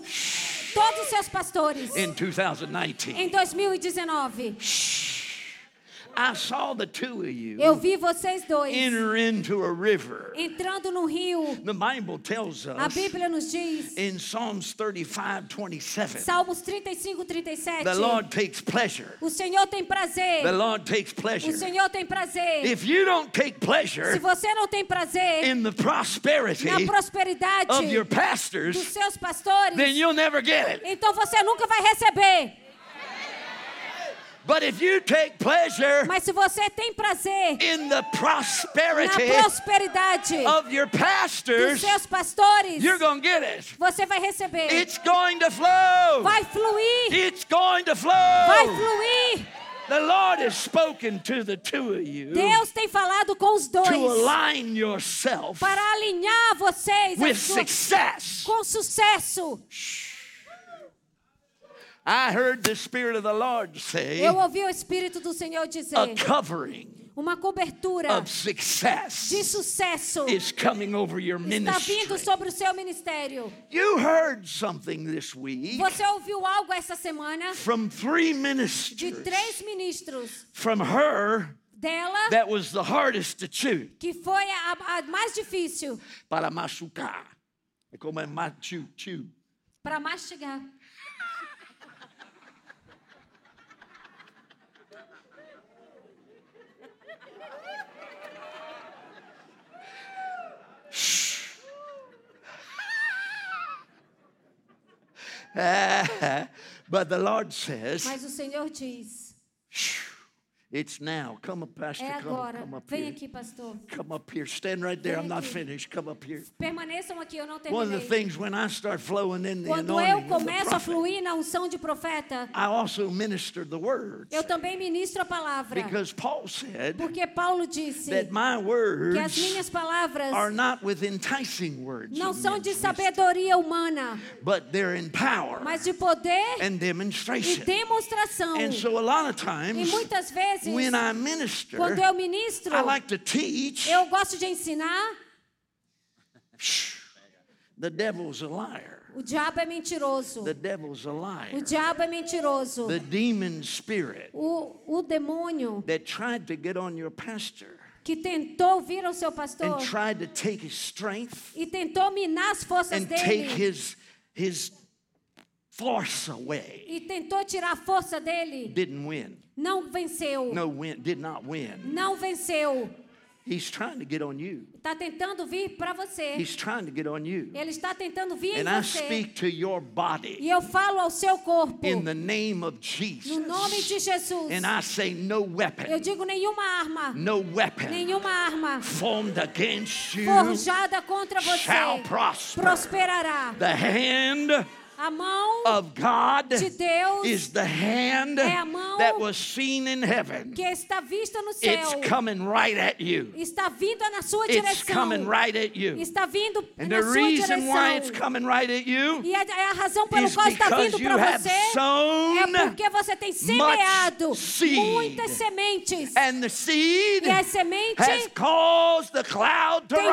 S3: todos os seus pastores
S2: in 2019.
S3: em 2019.
S2: I saw the two of
S3: Eu
S2: you
S3: vi vocês dois
S2: enter into a river.
S3: entrando no rio.
S2: The Bible tells
S3: A
S2: us
S3: Bíblia nos diz,
S2: in Psalms 35 27,
S3: Salmos 35, 37.
S2: the Lord takes pleasure.
S3: O Senhor tem prazer.
S2: The Lord takes
S3: O
S2: pleasure.
S3: Senhor tem prazer.
S2: If you don't take
S3: Se
S2: pleasure
S3: você não tem prazer
S2: in the
S3: na
S2: prosperity of your
S3: prosperidade dos
S2: pastors,
S3: seus pastores,
S2: then you'll never get it.
S3: então você nunca vai receber.
S2: But if you take pleasure
S3: Mas se você tem prazer
S2: in the
S3: na
S2: prosperity
S3: prosperidade
S2: of your
S3: dos
S2: pastors,
S3: seus pastores,
S2: you're going to get it.
S3: você vai receber.
S2: It's going to flow.
S3: Vai fluir,
S2: It's going to
S3: vai
S2: flow.
S3: fluir.
S2: The Lord has spoken to the two of you
S3: Deus tem falado com os
S2: to
S3: dois
S2: align yourself
S3: para alinhar vocês a
S2: with
S3: sua-
S2: success.
S3: com sucesso.
S2: I heard the Spirit of the Lord say
S3: Eu ouvi o Espírito do Senhor
S2: a
S3: dizer:
S2: covering
S3: uma cobertura
S2: of success
S3: de sucesso
S2: is coming over your
S3: está
S2: ministry.
S3: vindo sobre o seu ministério.
S2: You heard something this week
S3: Você ouviu algo essa semana
S2: from three
S3: de
S2: ministers.
S3: três ministros
S2: From her,
S3: dela
S2: that was the hardest to chew.
S3: que foi a, a mais difícil
S2: Para machucar. É como é machu, chew.
S3: para mastigar.
S2: But the Lord says,
S3: Mas o Senhor diz:
S2: It's now. Come up, Pastor.
S3: é
S2: Come,
S3: agora.
S2: come up
S3: Vem
S2: here.
S3: aqui, pastor.
S2: Come up here. Stand right there. I'm
S3: Vem
S2: not
S3: aqui.
S2: finished. Come up here.
S3: Permaneçam aqui, eu não
S2: One of the
S3: terminei.
S2: things when I start flowing in the
S3: Quando
S2: anointing,
S3: eu
S2: of the
S3: começo a
S2: prophet,
S3: fluir na unção de profeta,
S2: I also minister the word.
S3: eu também ministro a palavra.
S2: Because Paul said
S3: Porque Paulo disse
S2: that my
S3: que as
S2: words
S3: minhas palavras
S2: are not with enticing words,
S3: não
S2: of
S3: são
S2: men's
S3: de
S2: wisdom,
S3: sabedoria humana,
S2: but they're in power
S3: mas de poder
S2: and
S3: e
S2: demonstration.
S3: demonstração.
S2: And so a lot of
S3: E
S2: times
S3: muitas vezes,
S2: when I minister,
S3: quando eu ministro,
S2: I like to teach
S3: eu gosto de ensinar,
S2: the devil's a liar.
S3: o diabo é mentiroso.
S2: The devil's a liar.
S3: O diabo é mentiroso.
S2: the demon spirit
S3: O, o demônio
S2: that tried to get on your pastor
S3: que tentou vir ao seu pastor
S2: and tried to take his strength
S3: e tentou minar as forças
S2: and take
S3: dele
S2: his his force away
S3: e tentou tirar a força dele,
S2: didn't win
S3: não venceu.
S2: no win did not win
S3: Não venceu.
S2: he's trying to get on you
S3: Está tentando vir para você.
S2: he's trying to get on you
S3: Ele está tentando vir em
S2: and i
S3: você.
S2: speak to your
S3: E
S2: body
S3: eu falo ao seu corpo,
S2: in the name of
S3: no nome de
S2: jesus
S3: Jesus.
S2: and i say no
S3: Eu
S2: weapon
S3: digo nenhuma arma,
S2: no weapon
S3: nenhuma arma
S2: formed against you
S3: forjada contra você
S2: shall prosper
S3: prosperará.
S2: the hand
S3: A mão
S2: of God
S3: de Deus
S2: Oh, is the hand
S3: é a mão
S2: that was seen in heaven.
S3: que está vista no céu
S2: It's coming right at you.
S3: está vindo na sua
S2: It's
S3: direção.
S2: coming right at you.
S3: Está vindo
S2: And
S3: na
S2: the
S3: sua
S2: reason why it's
S3: direção.
S2: coming right at you
S3: E a, é a razão pelo
S2: is
S3: qual está
S2: because
S3: vindo
S2: you
S3: para
S2: have
S3: você é
S2: sown
S3: porque você tem semeado
S2: seed.
S3: muitas sementes.
S2: and the seed
S3: E a semente
S2: has caused the cloud to
S3: tem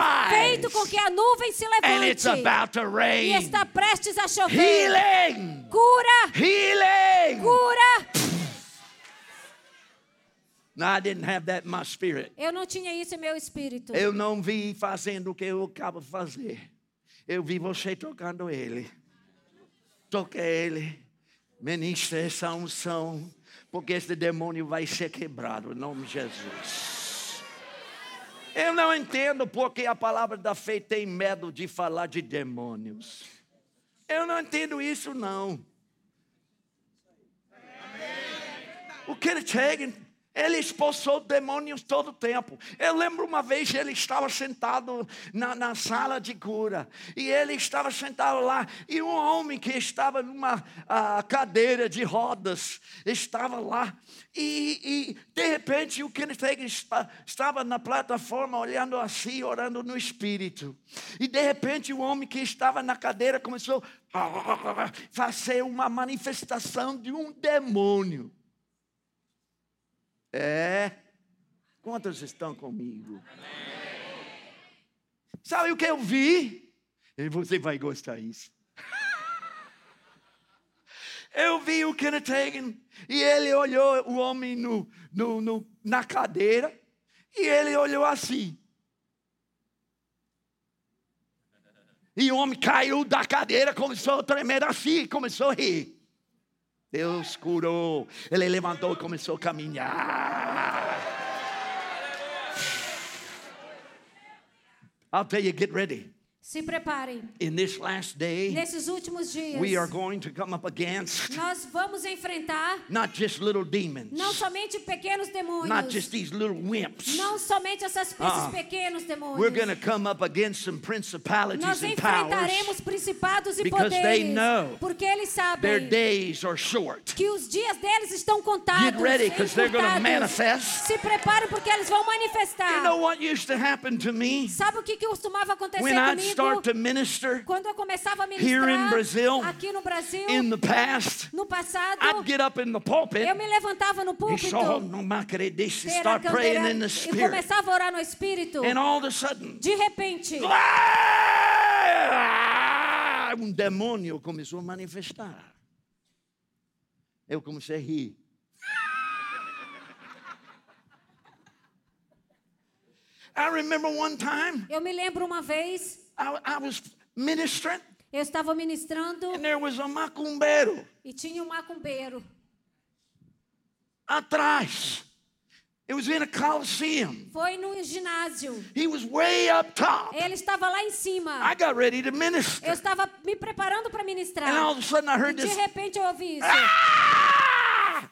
S3: feito com
S2: rise.
S3: que a nuvem se
S2: And it's
S3: levante
S2: about to
S3: e
S2: rain.
S3: está prestes a chover.
S2: Healing!
S3: Cura,
S2: Healing!
S3: cura.
S2: No, I didn't have that in my spirit.
S3: Eu não tinha isso em meu espírito.
S2: Eu não vi fazendo o que eu acabo de fazer. Eu vi você tocando ele. Toca ele. Ministra essa unção. Porque esse demônio vai ser quebrado em nome de Jesus. Eu não entendo porque a palavra da fé tem medo de falar de demônios. Eu não entendo isso, não. O Kenny Chagin, ele expulsou demônios todo o tempo. Eu lembro uma vez ele estava sentado na, na sala de cura. E ele estava sentado lá. E um homem que estava numa ah, cadeira de rodas estava lá. E, e, de repente o Kenneth Hagin esta- estava na plataforma olhando assim, orando no espírito. E de repente o homem que estava na cadeira começou a fazer uma manifestação de um demônio. É. Quantos estão comigo? Sabe o que eu vi? E você vai gostar disso. Eu vi o Kenneth Hagin e ele olhou o homem no, no- no- na cadeira e ele olhou assim. E o homem caiu da cadeira, começou a tremer assim, começou a rir. Deus curou. Ele levantou e começou a caminhar. I'll tell you, get ready.
S3: Se preparem.
S2: In this last day,
S3: Nesses últimos dias,
S2: we are going to come up against
S3: nós vamos enfrentar
S2: not just little demons,
S3: não somente pequenos
S2: not just
S3: demônios,
S2: these little wimps.
S3: não somente essas-
S2: Ah.
S3: esses pequenos
S2: We're
S3: demônios.
S2: going to come up against some
S3: Nós
S2: principalities and powers.
S3: enfrentaremos principados e
S2: because they
S3: poderes,
S2: know
S3: porque eles
S2: Their
S3: sabem
S2: days are short.
S3: que os dias deles estão contados.
S2: Get ready, 'cause they're gonna
S3: encurtados.
S2: manifest.
S3: Se preparem porque eles vão
S2: You
S3: manifestar.
S2: know what used to happen to me
S3: Sabe o que, que costumava acontecer
S2: when I'd start
S3: comigo?
S2: to minister
S3: Quando eu começava a
S2: in
S3: ministrar
S2: Brazil,
S3: aqui no Brasil,
S2: in the past?
S3: no passado,
S2: I'd get up in the pulpit
S3: eu me levantava no
S2: and
S3: púlpito,
S2: so no más credish,
S3: ter a
S2: start praying
S3: candeira
S2: in the
S3: e
S2: spirit.
S3: começava a orar no Espírito.
S2: And all of a sudden,
S3: De repente,
S2: Ah! um demônio começou a manifestar. Eu comecei a rir. I remember one time
S3: eu me lembro uma vez,
S2: I, I was ministering
S3: eu estava ministrando
S2: and there was a macumbero
S3: e tinha um macumbeiro
S2: atrás. It was in a coliseum.
S3: Foi no ginásio.
S2: He was way up top.
S3: Ele estava lá em
S2: I
S3: cima.
S2: got ready to
S3: Eu
S2: minister.
S3: estava me preparando para
S2: And all of
S3: ministrar.
S2: a sudden I
S3: E
S2: heard
S3: de
S2: this
S3: repente eu ouvi isso.
S2: Ah!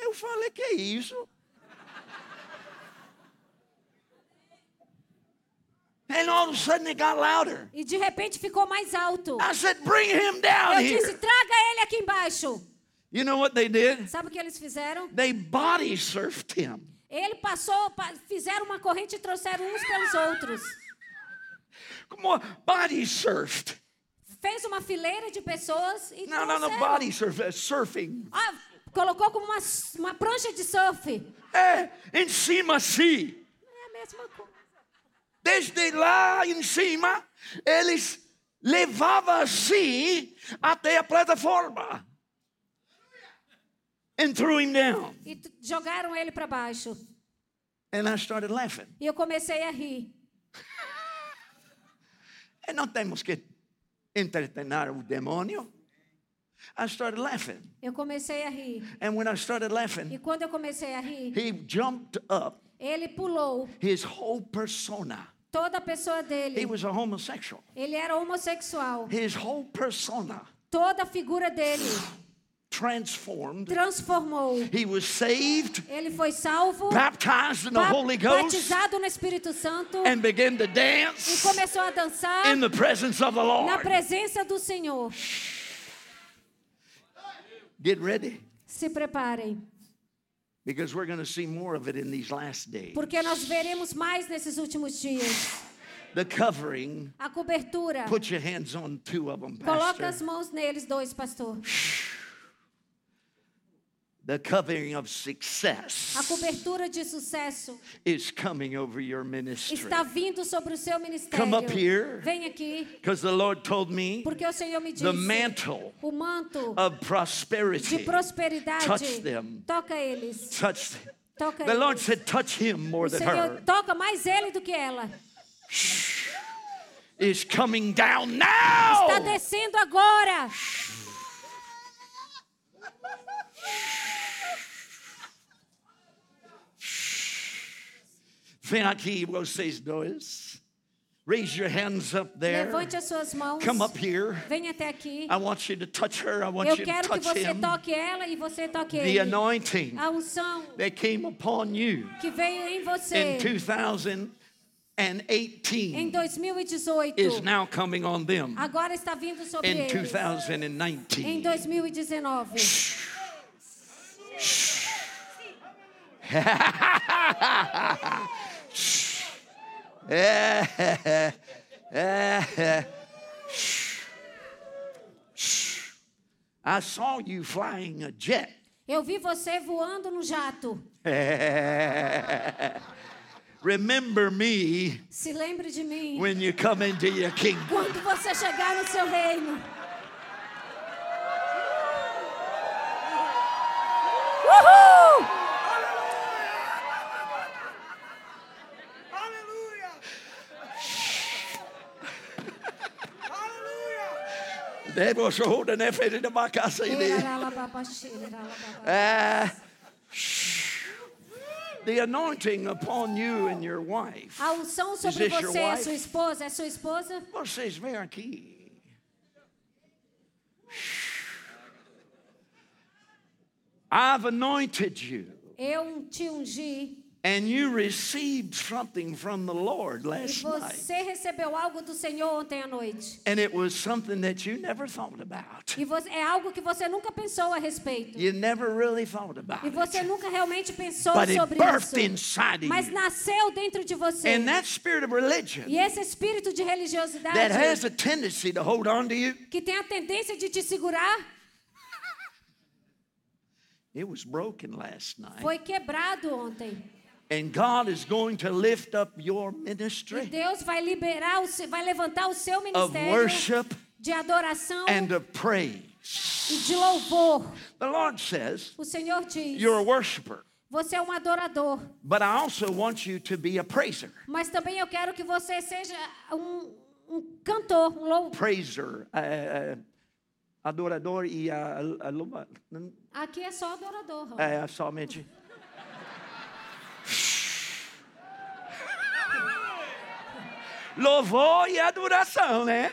S2: Eu falei, que isso? And all of a sudden it got louder.
S3: E de repente ficou mais alto.
S2: I said, bring him down
S3: Eu disse:
S2: here.
S3: traga ele aqui embaixo.
S2: You know what they did?
S3: Sabe o que eles fizeram?
S2: They body surfed him.
S3: Ele passou, pa- fizeram uma corrente e trouxeram uns pelos outros.
S2: Come on, body surfed.
S3: Fez uma fileira de pessoas e
S2: No, no, no,
S3: trouxeram.
S2: body surf, uh, surfing.
S3: Ah, colocou como uma, s- uma prancha de surf. É
S2: É, em cima, assim.
S3: a mesma coisa.
S2: Desde lá em cima, eles levavam assim até a plataforma. And threw him down.
S3: E t- jogaram ele para baixo.
S2: And I started laughing.
S3: E eu comecei a rir.
S2: E não temos que entretener o demônio. I started laughing.
S3: Eu comecei a rir.
S2: And when I started
S3: E
S2: laughing,
S3: quando eu comecei a rir,
S2: he jumped up
S3: ele pulou
S2: his whole persona.
S3: toda a pessoa
S2: He
S3: dele.
S2: was a homosexual.
S3: Ele era homossexual.
S2: His whole persona
S3: Toda a figura dele
S2: transformed.
S3: transformou.
S2: He was saved,
S3: Ele foi salvo,
S2: baptized in the
S3: ba-
S2: Holy Ghost.
S3: batizado no Espírito Santo
S2: and begin to
S3: e
S2: dance
S3: começou a dançar
S2: in the presence of the
S3: na
S2: Lord.
S3: presença do Senhor.
S2: Get ready,
S3: Se preparem,
S2: because we're going to see more of it in these last days.
S3: porque nós veremos mais nesses últimos dias.
S2: The covering,
S3: A cobertura.
S2: put your hands on two of them,
S3: Coloca as
S2: Pastor.
S3: mãos neles dois, pastor.
S2: The covering of
S3: A
S2: success
S3: cobertura de sucesso
S2: is coming over your ministry.
S3: está vindo sobre o seu ministério.
S2: Come up here.
S3: Vem aqui,
S2: Because the Lord told me
S3: porque o Senhor me disse.
S2: the mantle
S3: o manto
S2: of
S3: de
S2: prosperity
S3: prosperidade.
S2: touch them.
S3: Toca eles.
S2: touched.
S3: Toca
S2: The Lord
S3: eles.
S2: said, touch him
S3: O
S2: more than
S3: Senhor
S2: her.
S3: toca mais ele do que ela.
S2: Is coming down
S3: Está
S2: now.
S3: Tá descendo agora.
S2: Vem aqui, vocês dois. Raise your hands up there.
S3: Levante as suas mãos.
S2: Come up here.
S3: Venha até aqui.
S2: I want you to touch her. I want
S3: Eu
S2: you to
S3: quero que
S2: touch
S3: você
S2: him.
S3: toque Ah. ela e você toque
S2: The
S3: ele.
S2: anointing
S3: A unção
S2: that came upon you
S3: que veio em você
S2: in 2018
S3: em 2018
S2: is now coming on them
S3: agora está vindo sobre
S2: in
S3: eles em
S2: 2019.
S3: 2019.
S2: Eh, eh, eh. Shh. Shh. I saw you flying a jet.
S3: Eu vi você voando no jato.
S2: Remember me
S3: Se lembre de mim
S2: when you come into your kingdom.
S3: quando você chegar no seu reino. Uhul!
S2: Debochou na frente da minha casa e dele. Ah, shh. The anointing upon you and your wife.
S3: A unção sobre
S2: Is this your
S3: você é
S2: wife?
S3: sua esposa? É sua esposa?
S2: Vocês vêm aqui. I've anointed you,
S3: Eu te ungi
S2: and you received something from the Lord
S3: e
S2: last night.
S3: você recebeu algo do Senhor ontem à noite.
S2: And it was something that you never thought about.
S3: E você, é algo que você nunca pensou a respeito.
S2: You never really thought about
S3: E você
S2: it.
S3: nunca realmente pensou
S2: But it
S3: sobre
S2: birthed
S3: isso.
S2: inside of
S3: Mas
S2: you.
S3: nasceu dentro de você.
S2: And that spirit of religion
S3: E esse espírito de
S2: that has
S3: religiosidade
S2: a tendency to hold on to you,
S3: que tem a tendência de te segurar
S2: it was broken last night.
S3: foi quebrado ontem.
S2: And God is going to lift up your
S3: E
S2: ministry
S3: Deus vai liberar, o se- vai levantar o seu
S2: of
S3: ministério
S2: worship
S3: de adoração
S2: and of praise.
S3: e de louvor.
S2: The Lord says,
S3: O Senhor diz:
S2: You're a worshiper,
S3: Você é um adorador,
S2: but I also want you to be a praiser.
S3: mas também eu quero que você seja um, um cantor, um lou-
S2: Praiser. uh, uh, adorador e a, a, louva- não,
S3: Aqui é só adorador. Raul.
S2: é, eh, somente. Louvor e adoração, né?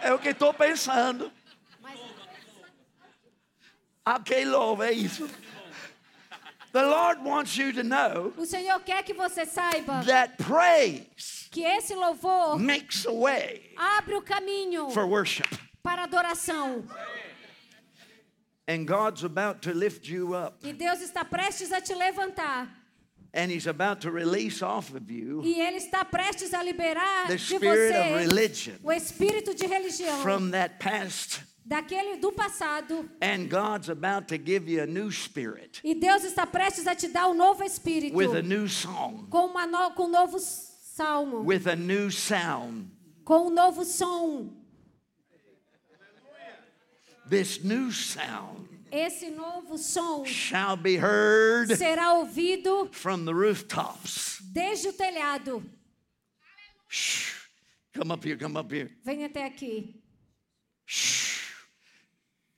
S2: É o que estou pensando.
S3: Mas
S2: A quem louva, é isso. The Lord wants you to know
S3: o Senhor quer que você saiba
S2: that praise
S3: que esse louvor
S2: makes a way
S3: abre o caminho
S2: for worship.
S3: para adoração.
S2: And God's about to lift you up.
S3: E Deus está prestes a te levantar.
S2: And He's about to release off of you
S3: E Ele está prestes a liberar
S2: the
S3: de
S2: spirit of
S3: você
S2: religion
S3: o espírito de religião
S2: from that past.
S3: daquele do passado.
S2: And God's about to give you a new spirit
S3: E Deus está prestes a te dar um novo espírito
S2: with a new song,
S3: com, uma no- com um novo salmo,
S2: with a new sound.
S3: com um novo som.
S2: This new sound
S3: Esse novo som
S2: shall be heard
S3: será ouvido
S2: from the rooftops.
S3: desde o telhado.
S2: Shh. Come up here, come up here.
S3: Vem até aqui.
S2: Shh.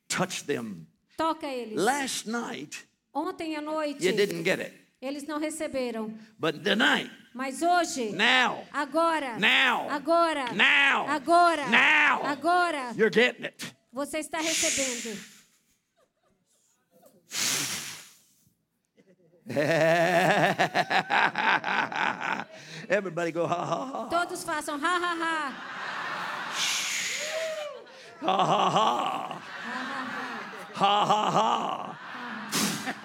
S2: Touch them.
S3: Toca eles.
S2: Last night,
S3: Ontem à noite,
S2: you didn't get it.
S3: eles não receberam.
S2: But tonight,
S3: Mas hoje,
S2: now,
S3: agora,
S2: Now.
S3: Ah, agora,
S2: Now.
S3: agora,
S2: Now.
S3: agora,
S2: you're getting it.
S3: você está recebendo.
S2: Everybody go, ha ha ha.
S3: Todos façam ha ha ha.
S2: Ha ha ha. Ha ha ha.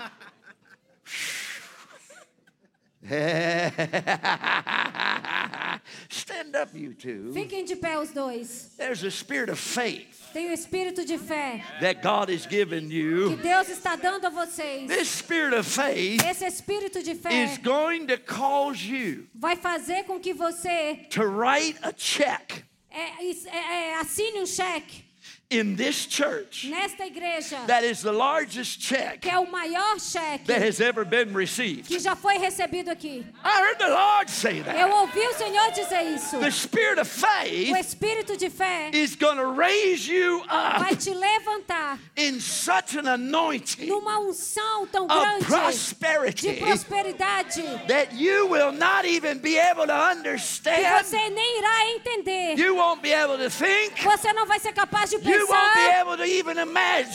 S2: Stand up, you two.
S3: Fiquem de pé os dois.
S2: There's a spirit of faith
S3: Tem o espírito de fé
S2: that God has given
S3: que
S2: you.
S3: Deus está dando a vocês.
S2: This spirit of faith
S3: Esse espírito de
S2: is
S3: fé
S2: going to cause you
S3: vai fazer com que você
S2: to write a check
S3: é, is- é, é, assine um cheque
S2: in this church
S3: nesta igreja,
S2: that is the largest check
S3: que é o maior cheque
S2: that has ever been received.
S3: que já foi recebido aqui.
S2: I heard the Lord say
S3: Eu
S2: that.
S3: ouvi o Senhor dizer isso.
S2: The spirit of
S3: O
S2: faith
S3: espírito de fé
S2: is going to raise you up
S3: vai te levantar
S2: in such an anointing
S3: numa unção tão
S2: of
S3: grande de
S2: prosperity
S3: prosperidade
S2: that you will not even be able to
S3: que
S2: understand.
S3: você nem irá entender.
S2: You won't be able to think.
S3: Você não vai ser capaz de
S2: You won't be
S3: pensar.
S2: able to even
S3: Você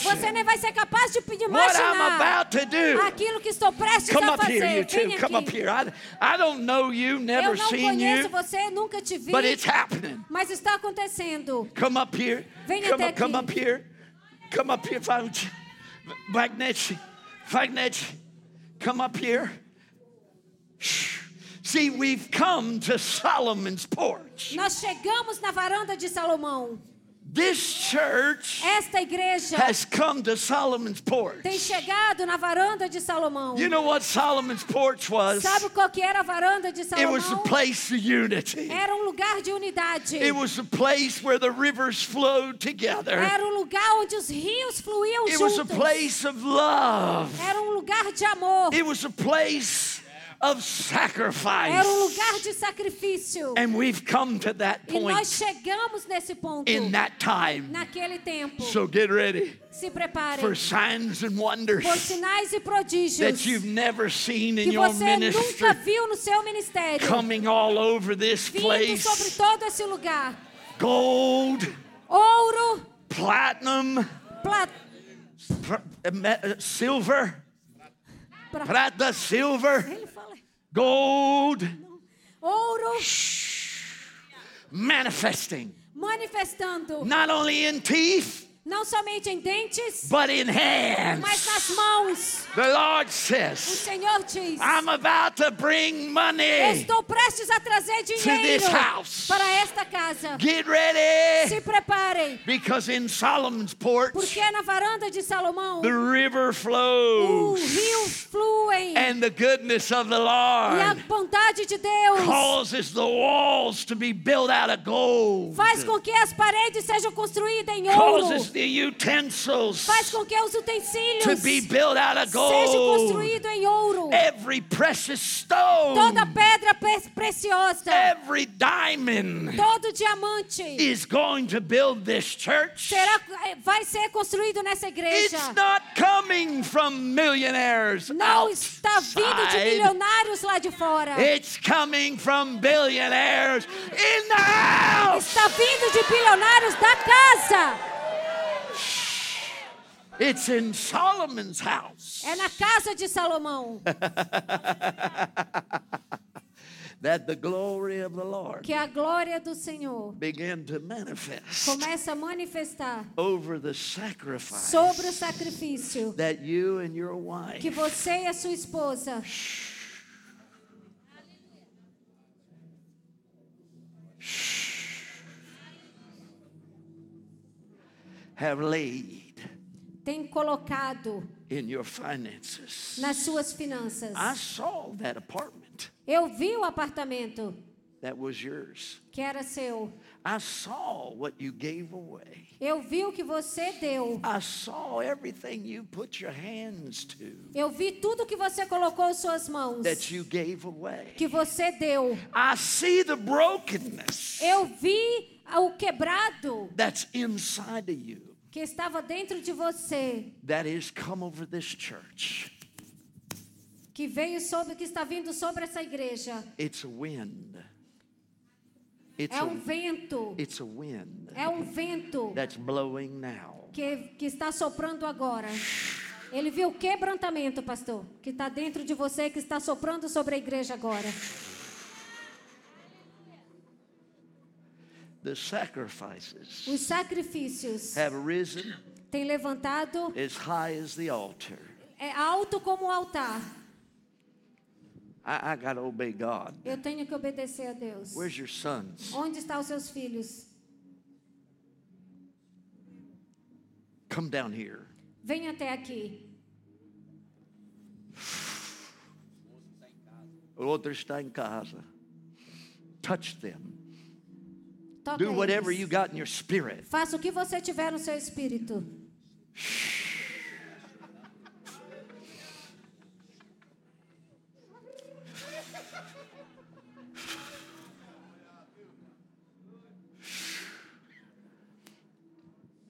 S2: imagine
S3: nem vai ser capaz de de
S2: what I'm
S3: imaginar
S2: about to do.
S3: aquilo que estou prestes
S2: Come
S3: a
S2: up here, you
S3: fazer.
S2: two.
S3: Vem
S2: Come up
S3: aqui.
S2: here. I, I don't know you,
S3: Eu
S2: never
S3: não
S2: seen
S3: conheço
S2: you,
S3: você, nunca te vi,
S2: but it's happening.
S3: mas está acontecendo.
S2: Come up here.
S3: Vem
S2: Come
S3: até
S2: up, come
S3: aqui.
S2: up here. Come up here, Vagnete. Vagnete. Vagnete. Come up here. Shh. See, we've come to Solomon's porch.
S3: Nós chegamos na varanda de Salomão.
S2: This church
S3: Esta igreja
S2: has come to Solomon's porch.
S3: tem chegado na varanda de Salomão.
S2: You know what Solomon's porch was?
S3: Sabe qual que era a varanda de
S2: It was a
S3: Salomão?
S2: place of unity.
S3: Era um lugar de unidade.
S2: It was a place where the rivers flowed together.
S3: Era um lugar onde os rios fluíam
S2: It was a
S3: juntos.
S2: place of love.
S3: Era um lugar de amor.
S2: It was a place of
S3: Era um
S2: sacrifice.
S3: lugar de sacrifício.
S2: And we've come to that
S3: E nós
S2: point
S3: chegamos nesse ponto.
S2: in that time.
S3: Naquele tempo.
S2: So get ready
S3: Se preparem
S2: for signs and wonders
S3: por sinais e prodígios
S2: that you've never seen in
S3: que
S2: your
S3: você
S2: ministry
S3: nunca viu no seu ministério.
S2: coming all over this
S3: Vindo sobre
S2: place.
S3: todo esse lugar.
S2: Gold,
S3: Ouro,
S2: platinum,
S3: pla-
S2: pr- uh, me- uh, silver,
S3: pra-
S2: prata, silver,
S3: Ele fala.
S2: gold,
S3: Ouro
S2: manifesting
S3: manifestando
S2: not only in teeth
S3: não somente em dentes,
S2: but in hands.
S3: mas nas mãos.
S2: The Lord
S3: O
S2: says,
S3: Senhor diz:
S2: I'm about to bring money.
S3: Estou prestes a trazer dinheiro
S2: this house.
S3: para esta casa.
S2: Get ready
S3: Se preparem,
S2: because in Solomon's porch
S3: porque na varanda de Salomão
S2: the river
S3: os
S2: flows
S3: rios fluem
S2: and the goodness of the
S3: e a
S2: Lord
S3: bondade de Deus
S2: causes the walls to be built out of gold.
S3: faz com que as paredes sejam construídas em ouro,
S2: Causes the utensils
S3: faz com que os
S2: to
S3: utensílios
S2: be built out of
S3: sejam
S2: gold. É
S3: construídos em ouro.
S2: Every precious stone,
S3: Toda pedra pre- preciosa,
S2: every diamond
S3: todo diamante
S2: is going to build this church.
S3: será, eh, vai ser construído nessa igreja.
S2: It's not coming from millionaires
S3: Não está vindo de
S2: outside.
S3: milionários lá de fora.
S2: It's coming from billionaires in the house.
S3: Está vindo de bilionários da casa.
S2: It's in Solomon's house
S3: É na casa de Salomão
S2: that the glory of the Lord
S3: que a glória do Senhor
S2: began to manifest
S3: começa a manifestar
S2: over the sacrifice
S3: sobre o sacrifício
S2: that you and your wife
S3: que você e a sua esposa
S2: have laid
S3: têm colocado
S2: in your finances.
S3: nas suas finanças.
S2: I saw that apartment
S3: Eu vi o apartamento
S2: that was yours.
S3: que era seu.
S2: I saw what you gave away.
S3: Eu vi o que você deu.
S2: I saw everything you put your hands to
S3: Eu vi tudo que você colocou em suas mãos.
S2: that you gave away.
S3: Que você deu.
S2: I see the brokenness
S3: Eu vi o quebrado
S2: that's inside of you
S3: que estava dentro de você,
S2: that has come over this church.
S3: que veio sobre, que está vindo sobre essa igreja.
S2: It's a wind. It's
S3: É um
S2: a,
S3: vento,
S2: it's a wind
S3: é um vento
S2: that's blowing now.
S3: que, que está soprando agora. Ele viu o quebrantamento, pastor, que está dentro de você, que está soprando sobre a igreja agora.
S2: The sacrifices
S3: Os sacrifícios
S2: have risen
S3: têm levantado
S2: as high as the altar.
S3: é alto como o altar.
S2: I, I got to obey God.
S3: Eu tenho que obedecer a Deus.
S2: Where's your sons?
S3: Onde estão os seus filhos?
S2: Come down here.
S3: Vem até aqui.
S2: O outro está em casa. Touch them.
S3: Toca
S2: Do whatever
S3: eles.
S2: you got in your spirit.
S3: Faça o que você tiver no seu espírito.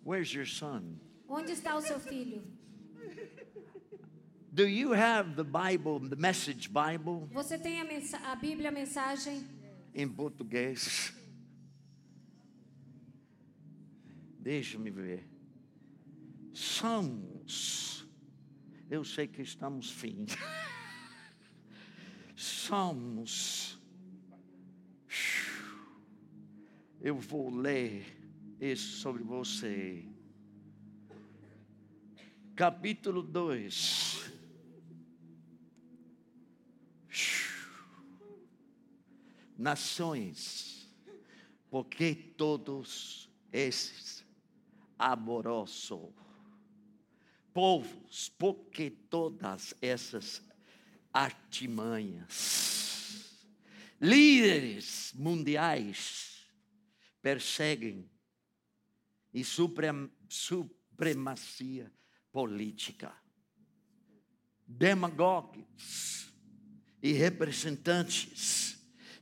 S2: Where's your son?
S3: Onde está o seu filho?
S2: Do you have the Bible, the message Bible
S3: Você tem a, mensa- a Bíblia, a mensagem?
S2: em português? Deixa-me ver. Salmos. Eu sei que estamos fim. Salmos. Eu vou ler isso sobre você. Capítulo 2. Nações, porque todos esses amoroso povos, porque todas essas artimanhas, líderes mundiais perseguem e suprem- supremacia política, demagogos e representantes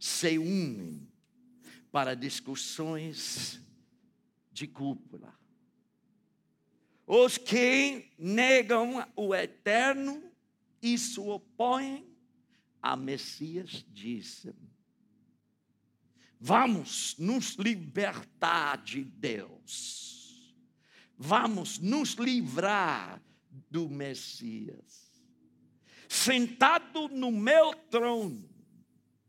S2: se unem para discussões de cúpula. Os que negam o eterno e se opõem a Messias dizem: Vamos nos libertar de Deus. Vamos nos livrar do Messias. Sentado no meu trono,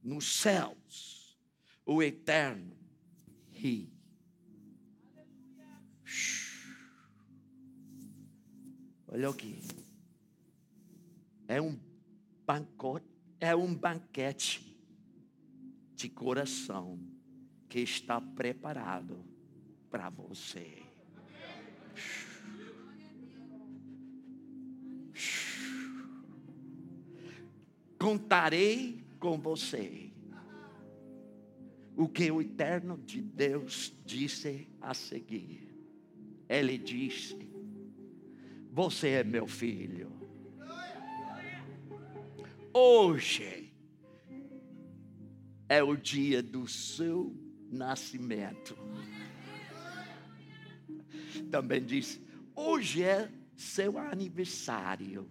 S2: nos céus, o eterno ri. Olha aqui. É um bancote, é um banquete de coração que está preparado para você. Contarei com você o que o eterno de Deus disse a seguir. Ele disse: você é meu filho. Hoje é o dia do seu nascimento. Também diz: hoje é seu aniversário.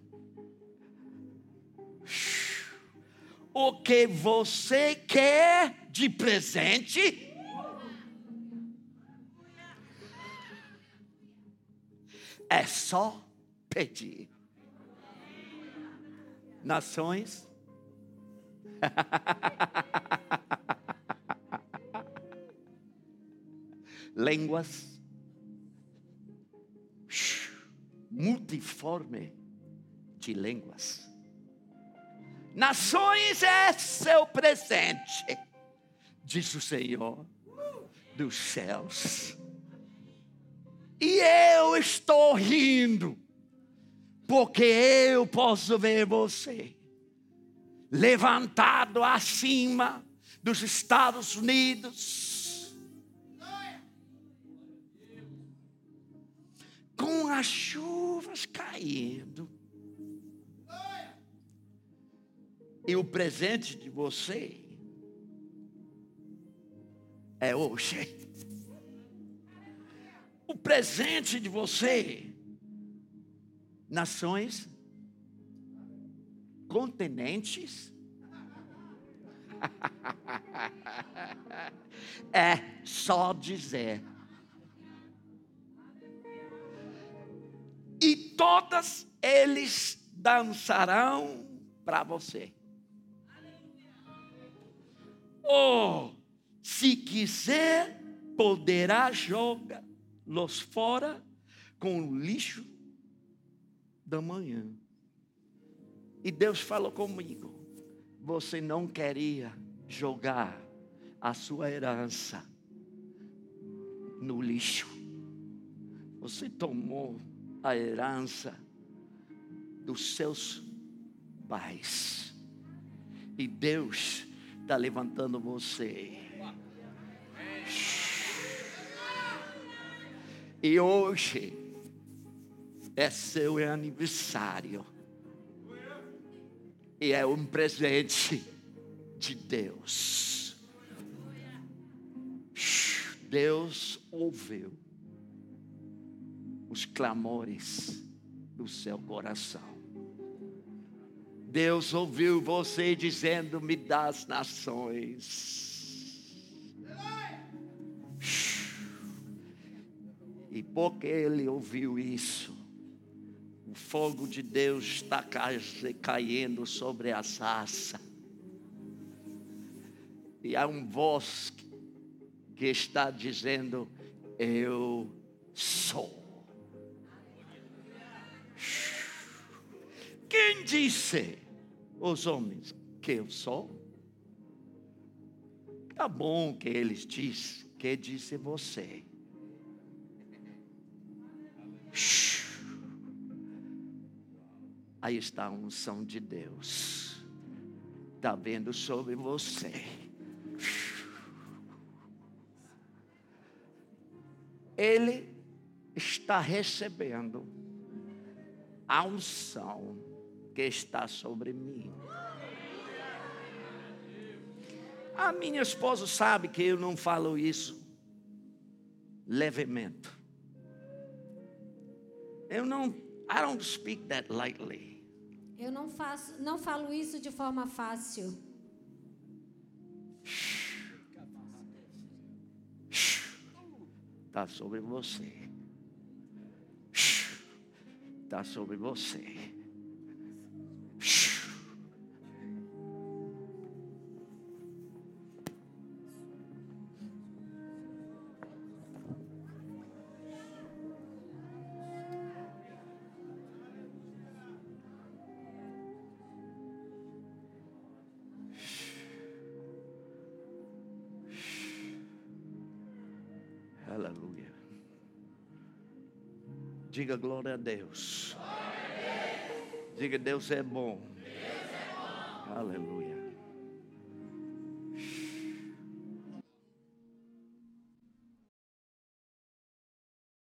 S2: O que você quer de presente? É só pedir. Nações. Línguas. Multiforme de línguas. Nações é seu presente, diz o Senhor dos céus. E eu estou rindo, porque eu posso ver você levantado acima dos Estados Unidos. Com as chuvas caindo. E o presente de você é hoje. O presente de você, nações, continentes, é só dizer. E todas eles dançarão para você. Ou, Oh, se quiser, poderá jogá-los fora com o lixo da manhã. E Deus falou comigo: você não queria jogar a sua herança no lixo. Você tomou a herança dos seus pais. tá E Deus está levantando você. Shhh. E hoje é seu aniversário. E é um presente de Deus. Deus ouviu os clamores do seu coração. Deus ouviu você dizendo: Me dá as nações. E porque ele ouviu isso, o fogo de Deus está ca- caindo sobre a sarça. E há um voz que está dizendo: Eu sou. Quem disse os homens que eu sou? Tá bom que eles dizem, que disse você. Aí está a unção de Deus. Está vendo sobre você. Ele está recebendo a unção que está sobre mim. A minha esposa sabe que eu não falo isso levemente. Eu não, I don't speak that lightly.
S3: Eu não faço, não falo isso de forma fácil.
S2: Está Tá sobre você. Está Tá sobre você. Aleluia. Diga glória a Deus. Diga Deus é bom. Aleluia.